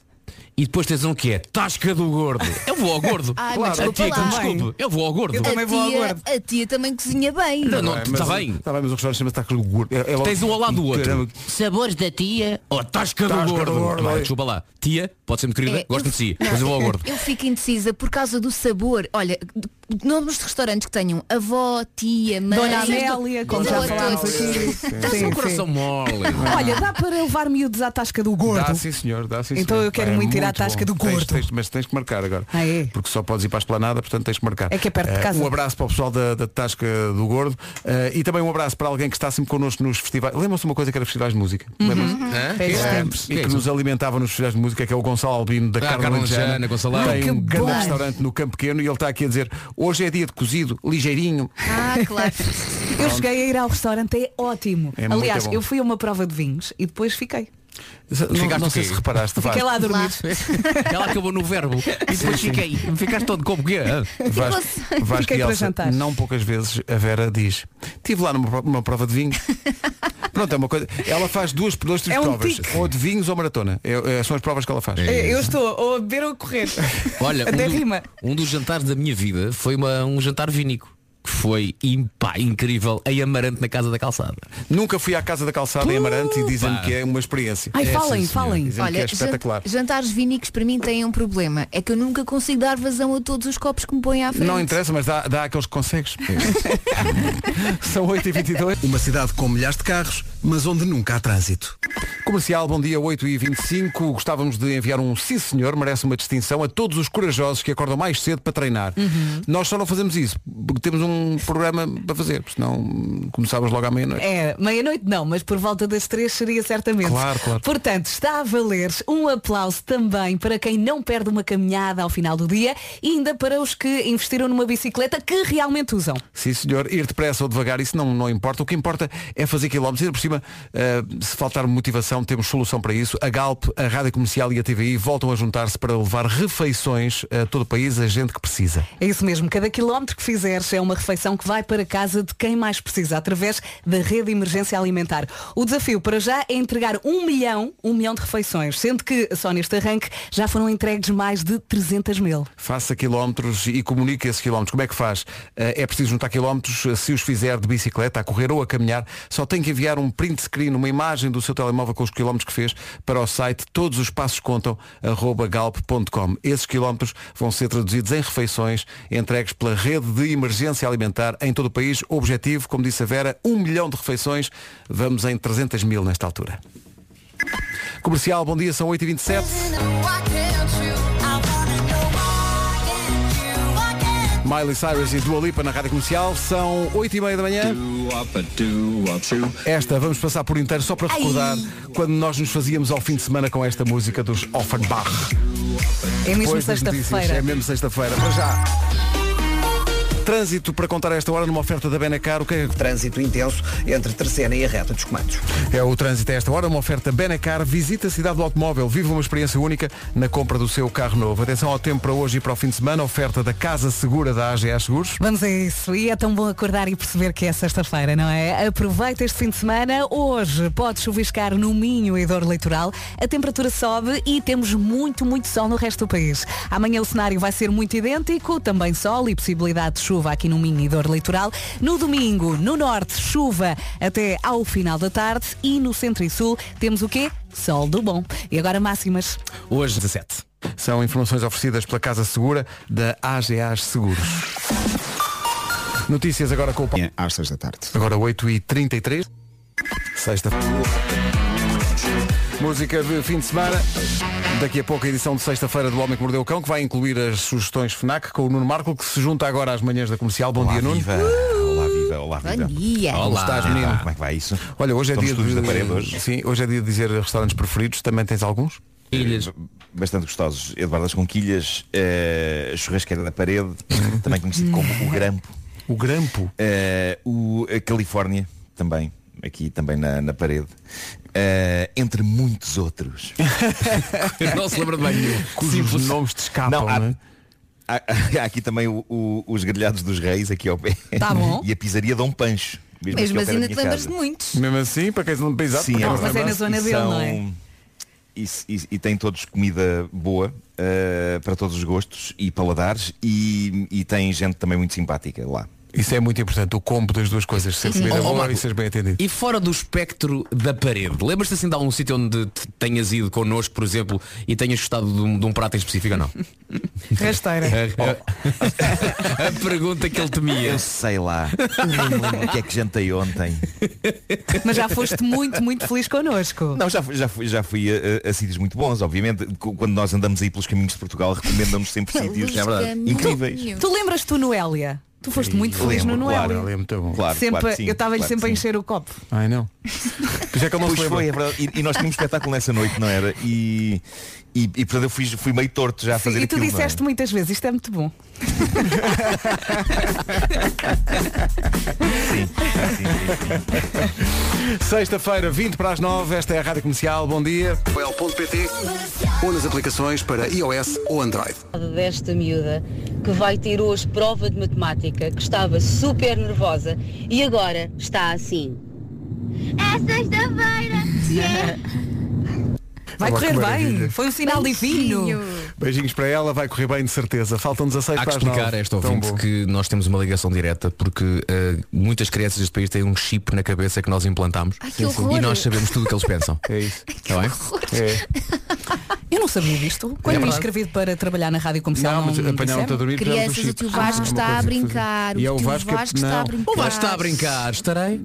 E depois tens um que é Tasca do Gordo. Eu vou ao gordo. Ai, mas a desculpa tia que me lá. desculpe. Eu vou ao gordo. Eu A Também vou ao tia- gordo. A tia também cozinha bem. Não, é, não, Mas está o- bem. Está bem, mas o restaurante chama-se Tasca do Gordo. É- é logo- Tens um ao lado do Caramba, outro. Sabores da tia ou Oh, Tasca Tasca, do do Gordo. Gordo, Vai, é. desculpa lá. Tia, pode ser muito né? querida, É, gosto eu- de si, não, mas eu vou ao gordo. Eu fico indecisa por causa do sabor. Olha, de- de nomes de restaurantes que tenham avó, tia, mãe. Dona Amélia, como já Boa falámos tarde. aqui. Tens Sim, um sim. coração mole. Olha, dá para levar miúdos à tasca do gordo. Dá sim senhor, dá sim Então senhor. eu quero Pá, é muito ir à muito Tasca bom. do Tens- Gordo. tens- mas tens que marcar agora. Ah, é? Porque só podes ir para a esplanada, portanto tens que marcar. É que é perto de Eh, casa. Um abraço para o pessoal da, da Tasca do Gordo eh, e também um abraço para alguém que está sempre connosco nos festivais. Lembram-se de uma coisa que era festivais de música? Lembram-se? Hã? Uhum. Fez É, tempos. que E é que isso? nos alimentava nos festivais de música, que é o Gonçalo Albino da Ah, Carla Carla Lanjana. Lanjana, Gonçalão. Tem Que um grande bom. restaurante no Campo Pequeno e ele está aqui a dizer hoje é dia de cozido, ligeirinho. Ah, claro. Eu cheguei a ir ao restaurante, é ótimo. É muito Aliás, bom. eu fui a uma prova de vinhos e depois fiquei. Não, não o sei quê? se reparaste. Fiquei Vasco. lá a dormir. Ela acabou no verbo. E depois fiquei. Ficaste todo como que é? Vasco, Vasco Fiquei e para Elsa, é jantar. não poucas vezes a Vera diz Estive lá numa, pro- numa prova de vinhos Pronto, é uma coisa Ela faz duas, duas três É um provas tique. Ou de vinhos ou maratona É- é- São as provas que ela faz Eu eu estou ou a beber ou a correr. Olha, Até um, do- rima. um dos jantares da minha vida foi uma- um jantar vinico. que foi impá, incrível em Amarante na Casa da Calçada. Nunca fui à Casa da Calçada em Amarante e dizem-me Pá. que é uma experiência. Ai, É, falem, sim, senhora. falem. Dizem-me que é espetacular. jan- jantares vinicos para mim têm um problema. É que eu nunca consigo dar vazão a todos os copos que me põem à frente. Não interessa, mas dá, dá aqueles que consegues. São 8h22. Uma cidade com milhares de carros, mas onde nunca há trânsito. Comercial, bom dia, 8h25. Gostávamos de enviar um sim senhor, merece uma distinção, a todos os corajosos que acordam mais cedo para treinar. Nós só não fazemos isso, porque temos um programa para fazer, porque senão hum, começávamos logo à meia-noite. É, meia-noite não, mas por volta das três seria certamente. Claro, claro. Portanto, está a valer um aplauso também para quem não perde uma caminhada ao final do dia e ainda para os que investiram numa bicicleta que realmente usam. Sim senhor, ir depressa ou devagar, isso não, não importa. O que importa é fazer quilómetros. E ainda por cima, eh, se faltar motivação, temos solução para isso. A Galp, a Rádio Comercial e a TVI voltam a juntar-se para levar refeições a todo o país, a gente que precisa. É isso mesmo, cada quilómetro que fizeres é uma refeição que vai para casa de quem mais precisa, através da rede de emergência alimentar. O desafio para já é entregar um milhão, um milhão de refeições, sendo que só neste arranque já foram entregues mais de 300 mil. Faça quilómetros e comunique esses quilómetros. Como é que faz? Eh, É preciso juntar quilómetros, eh, se os fizer de bicicleta, a correr ou a caminhar, só tem que enviar um print screen, uma imagem do seu telemóvel com os quilómetros que fez para o site todos os passos contam arroba galp.com. Esses quilómetros vão ser traduzidos em refeições entregues pela rede de emergência alimentar em todo o país. Objetivo, como disse a Vera, um milhão de refeições. Vamos em 300 mil nesta altura. Comercial, bom dia, são 8h27. Miley Cyrus e Dua Lipa na Rádio Comercial São 8h30 da manhã Esta vamos passar por inteiro só para recordar Quando nós nos fazíamos ao fim de semana com esta música dos Offenbach É mesmo Depois das notícias, É sexta-feira. mesmo sexta-feira, para já Trânsito para contar a esta hora numa oferta da Benacar O que é Trânsito intenso entre Terceira e a reta dos comandos. É o trânsito a esta hora, uma oferta Benacar. Visita a cidade do automóvel, vive uma experiência única na compra do seu carro novo. Atenção ao tempo para hoje e para o fim de semana, oferta da Casa Segura da AGA Seguros. Vamos a isso. E é tão bom acordar e perceber que é sexta-feira, não é? Aproveita este fim de semana. Hoje pode chuviscar no Minho e Dor Litoral. A temperatura sobe e temos muito, muito sol no resto do país. Amanhã o cenário vai ser muito idêntico. Também sol e possibilidade de chuva aqui no Minho e Dor Litoral. No domingo, no norte, chuva até ao final da tarde. E no centro e sul temos o quê? Sol do bom. E agora máximas. Hoje 17. São informações oferecidas pela Casa Segura da AGA Seguros. Notícias agora com o Paulo. é Às seis da tarde. Agora 8h33. Sexta. Música de fim de semana. Daqui a pouco a edição de sexta-feira do Homem que Mordeu o Cão, que vai incluir as sugestões FNAC com o Nuno Marco, que se junta agora às manhãs da comercial. Bom dia, Nuno. Viva! Olá, viva! Olá, Bom viva! dia. Como estás, menino? Como é que vai isso? Olha, hoje é Estamos dia todos de... na parede hoje. Sim, hoje é dia de dizer restaurantes preferidos. Também tens alguns? Ilhas. Bastante gostosos. Eduardo das Conquilhas, eh, Churrasqueira da Parede, também conhecido como o Grampo, O Grampo. eh, o a Califórnia, também, aqui também na, na parede, eh, entre muitos outros. Eu não se lembra de bem nenhum. Cujos Simples. nomes te escapam, não, há, é? há- há aqui também o- o- os grelhados dos reis, aqui ao pé. Tá bom. E a pizzaria Dom Pancho. Mesmo, Mesmo aqui ao pé assim da ainda te minha lembras casa. de muitos. Mesmo assim, para quem não pisar, Sim, é mas verdade. é na zona E dele, não é? E, e- e têm todos comida boa eh, para todos os gostos e paladares e, e tem gente também muito simpática lá. Isso é muito importante, o combo das duas coisas, ser comida Ó, ó, boa Marco, e seres bem atendido. E fora do espectro da parede, lembras-te assim de algum sítio onde te tenhas ido connosco, por exemplo, e tenhas gostado de um, de um prato em específico ou não? Rasteira. A pergunta que ele temia. Eu sei lá, eu não me lembro o que é que jantei ontem. Mas já foste muito, muito feliz connosco. Não, já fui, já fui, já fui a, a- a sítios muito bons, obviamente. Qu- Quando nós andamos aí pelos caminhos de Portugal, recomendam-nos sempre sítios é Pelos caminhos. incríveis. Tu lembras-te do Noélia? Tu foste muito eu feliz lembro, no claro, Noélia. Olha, é muito bom. Claro, sempre, claro que sim, eu estava-lhe claro que sempre a sim. encher o copo. Ai não. Já que ele não Pois se lembra. foi, é verdade. E, e nós tínhamos espetáculo nessa noite, não era? E, e, e portanto eu fui, fui meio torto já a fazer e tu aquilo, não é? disseste muitas vezes, isto é muito bom. Sim, sim, sim, sim. Sexta-feira, 20 para as 9, esta é a Rádio Comercial, bom dia. .pt ou nas aplicações para iOS ou Android. desta miúda que vai ter hoje prova de matemática, que estava super nervosa e agora está assim. Vai Olá, correr que bem. maravilha. Foi um sinal divino. Beijinhos para ela, vai correr bem de certeza. Faltam 16 Há que para as nove. explicar a esta Tão ouvinte bom. que nós temos uma ligação direta porque eh, muitas crianças deste país têm um chip na cabeça que nós implantamos Ai, que horror. e nós sabemos tudo o que eles pensam. É isso. Está bem? É. Eu não sabia disto. Quando É me verdade. inscrevi para trabalhar na rádio comercial, Não, não, mas apanharam-te a dormir, puseram-te um Crianças, o chip. tio Vasco Ah, está uma a coisa que brincar. fazer. E é o o tio Vasco Vasco, que- está a não. brincar. O Vasco está a brincar, estarei.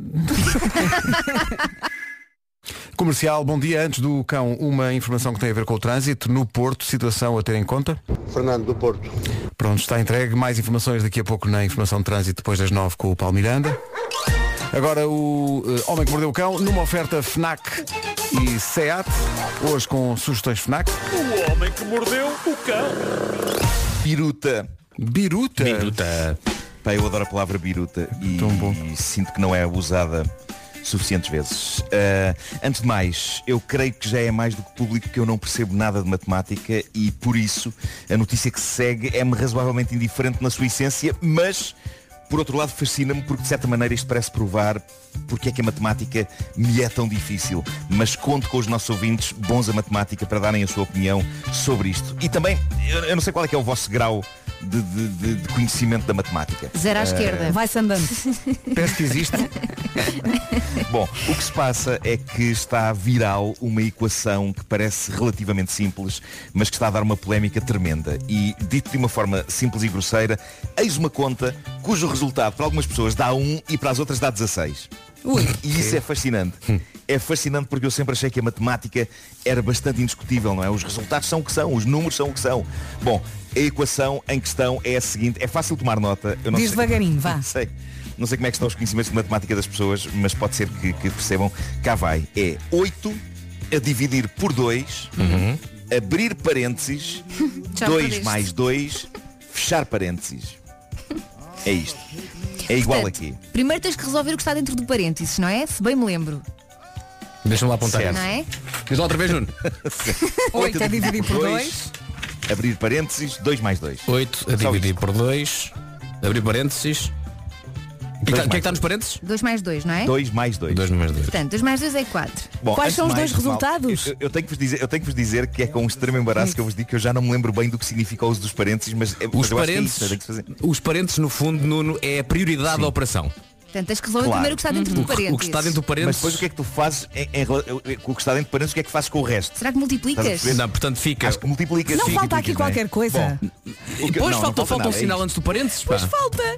Comercial, bom dia. Antes do cão, uma informação que tem a ver com o trânsito. No Porto, situação a ter em conta? Fernando do Porto. Pronto, está entregue. Mais informações daqui a pouco na informação de trânsito depois das 9 com o Paulo Miranda. Agora o eh, Homem que Mordeu o Cão numa oferta FNAC e SEAT. Hoje com sugestões FNAC. O homem que mordeu o cão. Biruta. Biruta? Biruta. Pá, eu adoro a palavra biruta e, e sinto que não é usada suficientes vezes. Ah, antes de mais, eu creio que já é mais do que público que eu não percebo nada de matemática e por isso a notícia que se segue é-me razoavelmente indiferente na sua essência, mas por outro lado fascina-me porque de certa maneira isto parece provar porque é que a matemática me é tão difícil. Mas conto com os nossos ouvintes bons a matemática para darem a sua opinião sobre isto. E também, eu- eu não sei qual é que é o vosso grau de, de- de- de conhecimento da matemática. Zero É. à Ah, esquerda. Vai-se andando. Parece que existe. Bom, o que se passa é que está viral uma equação que parece relativamente simples, mas que está a dar uma polémica tremenda. E, dito de uma forma simples e grosseira, eis uma conta cujo resultado para algumas pessoas dá 1 e para as outras dá 16. E isso é fascinante. É fascinante porque eu sempre achei que a matemática era bastante indiscutível, não é? Os resultados são o que são, os números são o que são. Bom, a equação em questão é a seguinte, é fácil tomar nota. Eu não Diz sei- devagarinho, vá. não sei. Não sei como é que estão os conhecimentos de matemática das pessoas, mas pode ser que, que percebam. Cá vai. É 8 a dividir por 2, abrir parênteses, Já 2 perdeste. mais 2, fechar parênteses. É isto. É igual Portanto, aqui. Primeiro tens que resolver o que está dentro do parênteses, não é? Se bem me lembro. Deixa-me lá apontar Não é? Diz lá outra vez, Nuno. 8 a dividir por dois, Abrir parênteses, 2 mais 2. 8 a dividir por 2. Abrir parênteses. E tá- o que é que está nos parênteses? 2 mais 2, não é? 2 mais 2. 2 mais 2. Portanto, 2 mais 2 é 4. Bom, antes de mais, Paulo, Eu, eu tenho que vos dizer, eu tenho que vos dizer que é com um extremo embaraço que eu vos digo que eu já não me lembro bem do que significa o uso dos parênteses, mas, é- mas Os eu acho que é isso, parênteses, eu tenho que fazer. os parênteses, no fundo, Nuno, é a prioridade da operação. Portanto, tens que resolver primeiro o que está dentro Uhum. do parênteses. Mas depois o que é que tu fazes em, em rela- com o que está dentro do parênteses, o que é que fazes com o resto? Será que multiplicas? Não, portanto fica. Acho que multiplicas. Não fica, falta aqui multiplicas, qualquer não é? coisa. Bom, o que- Depois não, falta, não falta um nada, é sinal isto. antes do parênteses. Pá. Pois falta.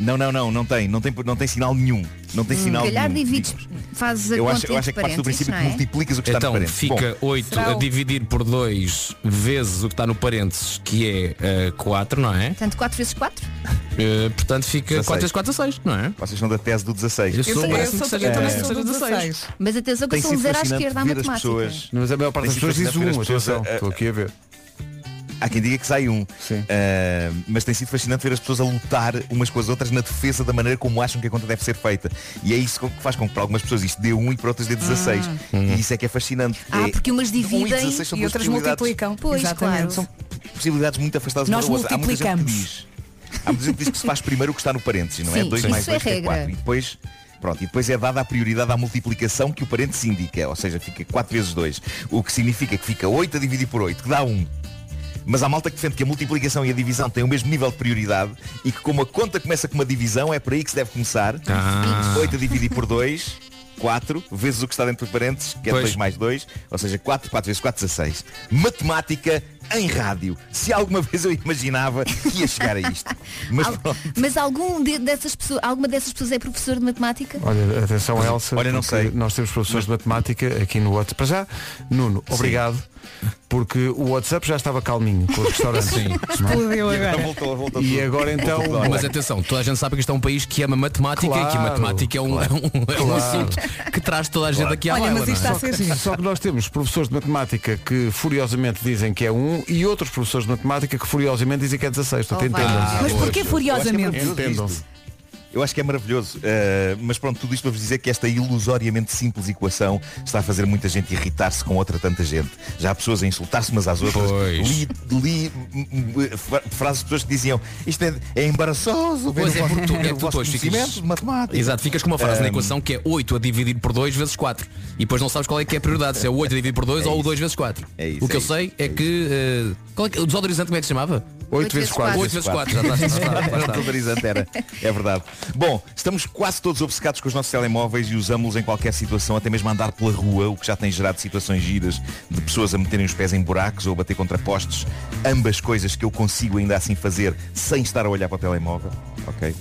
Não, não, não, não tem, não tem, não tem sinal nenhum. Não tem Hum. Se sinal calhar nenhum. divides, fazes a Eu conta acho, eu acho entre que parte do parênteses, princípio não que é? multiplicas o que está Então no parênteses. fica Bom, 8 Será a o- dividir por 2 vezes o que está no parênteses, que é 4, não é? Portanto, 4 vezes 4? Eh, portanto fica 4 vezes 4 a 6, não é? Vocês são da tese do 16. Eu sou, parece-me que seja- é. Mas atenção que eu Tem sou um sido zero à fascinante esquerda à ver as matemática. pessoas- Mas a maior parte Tem das sido pessoas diz fascinante ver as um, pessoas atenção. a- a- Estou aqui a ver. Há quem diga que sai um. Ah, mas tem sido fascinante ver as pessoas a lutar umas com as outras na defesa da maneira como acham que a conta deve ser feita. E é isso que faz com que para algumas pessoas isto dê 1 e para outras dê 16. E isso é que é fascinante. É- Ah, porque umas dividem 16 são e duas outras possibilidades. multiplicam. Pois, claro. São possibilidades muito afastadas Nós uma da outra. Há muita gente que multiplicamos. diz- Há muita gente que diz que se faz primeiro o que está no parênteses, não é? Sim, 2 sim. mais Isso 2 é é 4. regra. E depois, pronto, e depois é dada a prioridade à multiplicação que o parênteses indica. Ou seja, fica 4 vezes 2. O que significa que fica 8 a dividir por 8, que dá 1. Mas há malta que defende que a multiplicação e a divisão têm o mesmo nível de prioridade e que como a conta começa com uma divisão, é por aí que se deve começar. Ah. 8 a dividir por 2, 4, vezes o que está dentro dos parênteses, que é Pois. 2 mais 2, ou seja, 4, 4 vezes 4, 16. Matemática em rádio. Se alguma vez eu imaginava que ia chegar a isto. Mas Al- pronto. Mas algum de- dessas pessoas, alguma dessas pessoas é professor de matemática? Olha, atenção Elsa, Olha, não porque sei. nós temos professores de matemática aqui no WhatsApp. Para já, Nuno, obrigado, porque o WhatsApp já estava calminho com os restaurantes. Sim. Não é? Explodiu E agora. Voltou, voltou E tudo. agora então. Mas atenção, toda a gente sabe que isto é um país que ama matemática e que a Claro, matemática é um, é um- é um claro. assunto que traz toda a gente aqui à baila, não é? só, que, só que nós temos professores de matemática que furiosamente dizem que é um e outros professores de matemática que furiosamente dizem que é 16. Portanto, Oh, vá. entendam-se. Mas porquê furiosamente? Entendam-se. Eu acho que é maravilhoso. Uh, mas pronto, tudo isto para vos dizer que esta ilusoriamente simples equação está a fazer muita gente irritar-se com outra tanta gente. Já há pessoas a insultar-se umas às outras. Pois. Li, li, mm, mm, fra- frases de pessoas que diziam isto é, é embaraçoso. ver Pois o é, vosso- porque tu, é ver que o tu vosso depois ficas... conhecimento de matemática. Exato, ficas com uma frase na Um, equação que é 8 a dividir por 2 vezes 4. E depois não sabes qual é que é a prioridade, se é o 8 a dividir por 2 É ou o isso. 2 vezes 4. É isso, o que é eu isso, sei é, que, eh, qual é que- O desodorizante como é que se chamava? 8 vezes 4. 8 vezes 4, já está. já está, já está. era. É verdade. Bom, estamos quase todos obcecados com os nossos telemóveis e usámos-los em qualquer situação, até mesmo a andar pela rua, o que já tem gerado situações giras de pessoas a meterem os pés em buracos ou a bater contra postes. Ambas coisas que eu consigo ainda assim fazer sem estar a olhar para o telemóvel. Ok?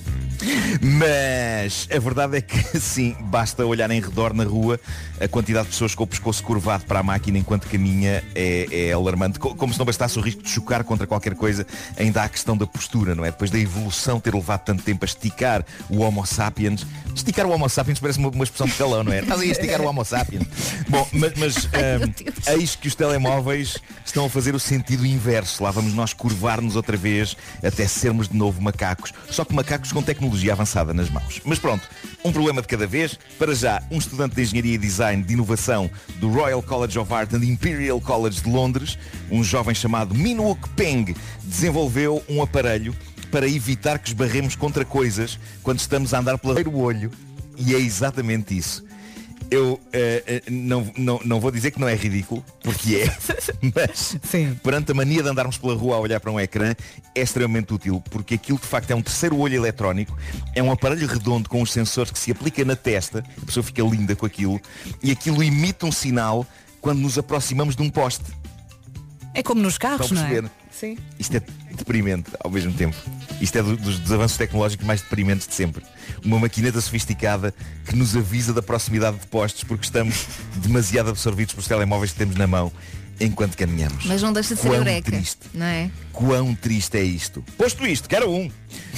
Mas a verdade é que sim, basta olhar em redor na rua, a quantidade de pessoas com o pescoço curvado para a máquina enquanto caminha é, é alarmante. Co- Como se não bastasse o risco de chocar contra qualquer coisa, ainda há a questão da postura, não é? Depois da evolução ter levado tanto tempo a esticar o Homo sapiens. Esticar o Homo sapiens parece uma, uma expressão de telão, não é? Estás aí a esticar o Homo sapiens. Bom, mas, mas ahm, eis que os telemóveis estão a fazer o sentido inverso. Lá vamos nós curvar-nos outra vez até sermos de novo macacos. Só que macacos com tecnologia avançada nas mãos. Mas pronto, um problema de cada vez. Para já, um estudante de Engenharia e Design de Inovação do Royal College of Art and Imperial College de Londres, um jovem chamado Minwook Peng, desenvolveu um aparelho para evitar que esbarremos contra coisas quando estamos a andar pelo olho. E é exatamente isso. Eu eh, eh, não, não, não vou dizer que não é ridículo, porque é, mas perante a mania de andarmos pela rua a olhar para um ecrã, é extremamente útil, porque aquilo de facto é um terceiro olho eletrónico, é um aparelho redondo com os sensores que se aplica na testa, a pessoa fica linda com aquilo, e aquilo imita um sinal quando nos aproximamos de um poste. É como nos carros, Estão a não é? perceber? Sim. Isto é deprimente ao mesmo tempo. Isto é do- dos, dos avanços tecnológicos mais deprimentes de sempre. Uma maquineta sofisticada que nos avisa da proximidade de postos porque estamos demasiado absorvidos pelos telemóveis que temos na mão enquanto caminhamos. Mas não deixa de ser Quão eureka, um triste. não é? Quão triste é isto? Posto isto, quero um.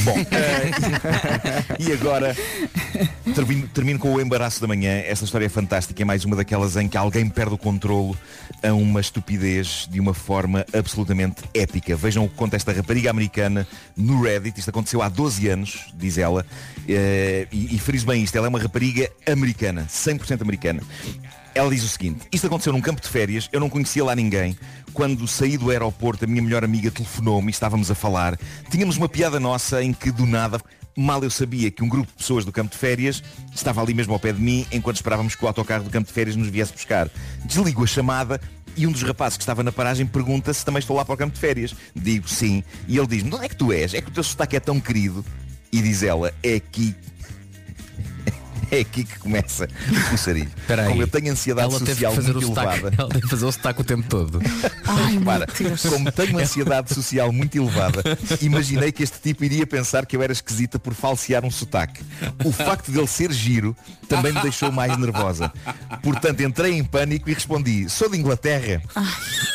Bom, eh, e agora termino, termino com o embaraço da manhã. Esta história é fantástica, é mais uma daquelas em que alguém perde o controlo a uma estupidez de uma forma absolutamente épica. Vejam o que conta esta rapariga americana no Reddit. Isto aconteceu há 12 anos, diz ela. Eh, e, e friso bem isto, ela é uma rapariga americana, 100% americana. Ela diz o seguinte, isto aconteceu num campo de férias, eu não conhecia lá ninguém. Quando saí do aeroporto, a minha melhor amiga telefonou-me e estávamos a falar. Tínhamos uma piada nossa em que do nada, mal eu sabia que um grupo de pessoas do campo de férias estava ali mesmo ao pé de mim enquanto esperávamos que o autocarro do campo de férias nos viesse buscar. Desligo a chamada e um dos rapazes que estava na paragem pergunta se também estou lá para o campo de férias. Digo sim. E ele diz-me, onde é que tu és? É que o teu sotaque é tão querido. E diz ela, é aqui é aqui que começa o coçarilho. Espera aí. Como eu tenho ansiedade Ela teve que social fazer muito o sotaque- elevada. Ela deve fazer o sotaque o tempo todo. Repara, como tenho uma ansiedade social muito elevada, imaginei que este tipo iria pensar que eu era esquisita por falsear um sotaque. O facto dele ser giro também me deixou mais nervosa. Portanto, entrei em pânico e respondi, sou de Inglaterra.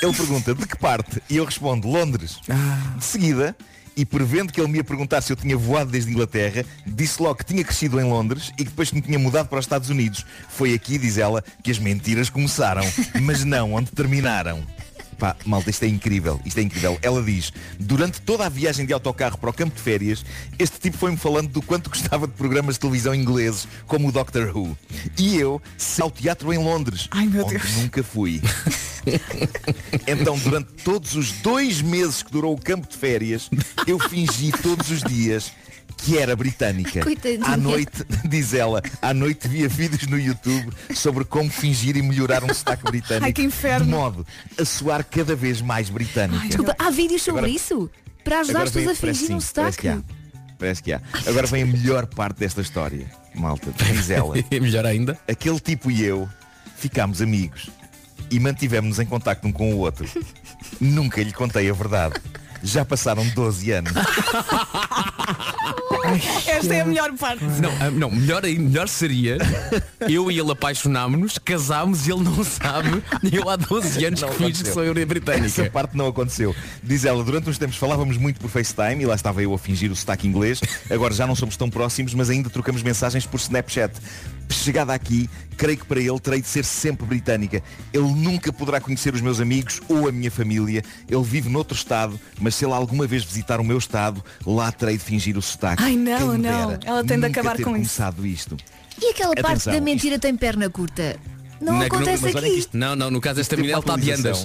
Ele pergunta, de que parte? E eu respondo, Londres. De seguida, e prevendo que ele me ia perguntar se eu tinha voado desde Inglaterra, disse logo que tinha crescido em Londres e que depois que me tinha mudado para os Estados Unidos. Foi aqui, diz ela, que as mentiras começaram, mas não onde terminaram. Pá, malta, isto é incrível, isto é incrível. Ela diz, durante toda a viagem de autocarro para o campo de férias, este tipo foi-me falando do quanto gostava de programas de televisão ingleses, como o Doctor Who. E eu, se ao teatro em Londres, onde nunca fui. então, durante todos os dois meses que durou o campo de férias, eu fingi todos os dias que era britânica. Coitadinha. À noite, diz ela, à noite via vídeos no YouTube sobre como fingir e melhorar um sotaque britânico. Ai, que inferno. De modo a soar cada vez mais britânica. Desculpa, há vídeos sobre Agora- isso? Para ajudar Agora as pessoas vem- a fingir um parece sim, parece sotaque? que há. Parece que há. Agora vem a melhor parte desta história, malta. Diz ela. É melhor ainda. Aquele tipo e eu ficámos amigos e mantivemos-nos em contacto um com o outro. Nunca lhe contei a verdade. Já passaram 12 anos. Esta é a melhor parte. Não, ah, não melhor, ainda- melhor seria eu e ele apaixonámos-nos, casámos e ele não sabe. E eu há 12 anos Não que fiz que aconteceu. sou eu Essa britânica. parte não aconteceu. Diz ela, durante uns tempos falávamos muito por FaceTime e lá estava eu a fingir o sotaque inglês. Agora já não somos tão próximos, mas ainda trocamos mensagens por Snapchat. Chegada aqui, creio que para ele terei de ser sempre britânica. Ele nunca poderá conhecer os meus amigos ou a minha família. Ele vive noutro estado, mas se ele alguma vez visitar o meu estado, lá terei de fingir o sotaque. Ai não, Quem me não. dera Ela tem de nunca acabar ter com isso. começado isto. E aquela parte Atenção, da mentira tem perna curta? Não Na- acontece mas olha que aqui. isto- Não, não, no caso tipo desta menina ele está de andas.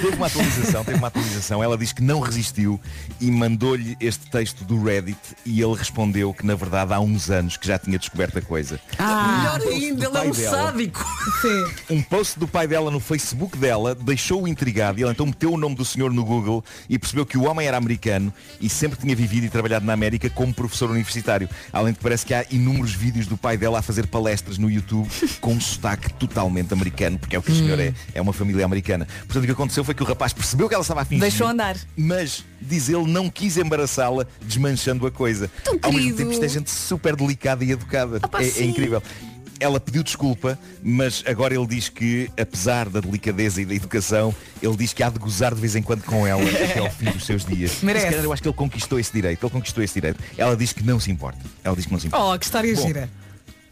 Teve uma atualização, teve uma atualização. Ela diz que não resistiu e mandou-lhe este texto do Reddit e ele respondeu que na verdade há uns anos que já tinha descoberto a coisa. Ah, Melhor ainda, ele é um sádico. Sim. Um post do pai dela no Facebook dela deixou-o intrigado e ela então meteu o nome do senhor no Google e percebeu que o homem era americano e sempre tinha vivido e trabalhado na América como professor universitário. Além de que parece que há inúmeros vídeos do pai dela a fazer palestras no YouTube com um sotaque totalmente americano, porque é o que o Hum. senhor é, é uma família americana. Portanto, o que aconteceu foi que o rapaz percebeu que ela estava a fingir. Deixou andar. Mas, diz ele, não quis embaraçá-la desmanchando a coisa. Tão Ao mesmo querido. tempo, isto é gente super delicada e educada. pá, É- é sim. incrível. Ela pediu desculpa, mas agora ele diz que, apesar da delicadeza e da educação, ele diz que há de gozar de vez em quando com ela até ao fim dos seus dias. Merece. Se calhar eu acho que ele conquistou esse direito. Ele conquistou esse direito. Ela diz que não se importa. Ela diz que não se importa. Oh, que história Bom, gira.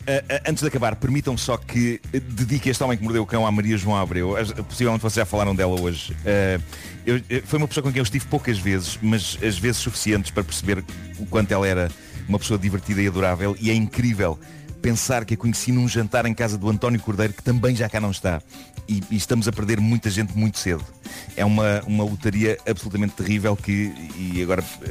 ah, ah, antes de acabar, permitam-me só que eh, dedique este homem que mordeu o cão à Maria João Abreu. As- Possivelmente vocês já falaram dela hoje. Ah, eu- eh, foi uma pessoa com quem eu estive poucas vezes, mas as vezes suficientes para perceber o quanto ela era uma pessoa divertida e adorável. E é incrível pensar que a conheci num jantar em casa do António Cordeiro, que também já cá não está. E, e estamos a perder muita gente muito cedo. É uma, uma lotaria absolutamente terrível que, e agora eh,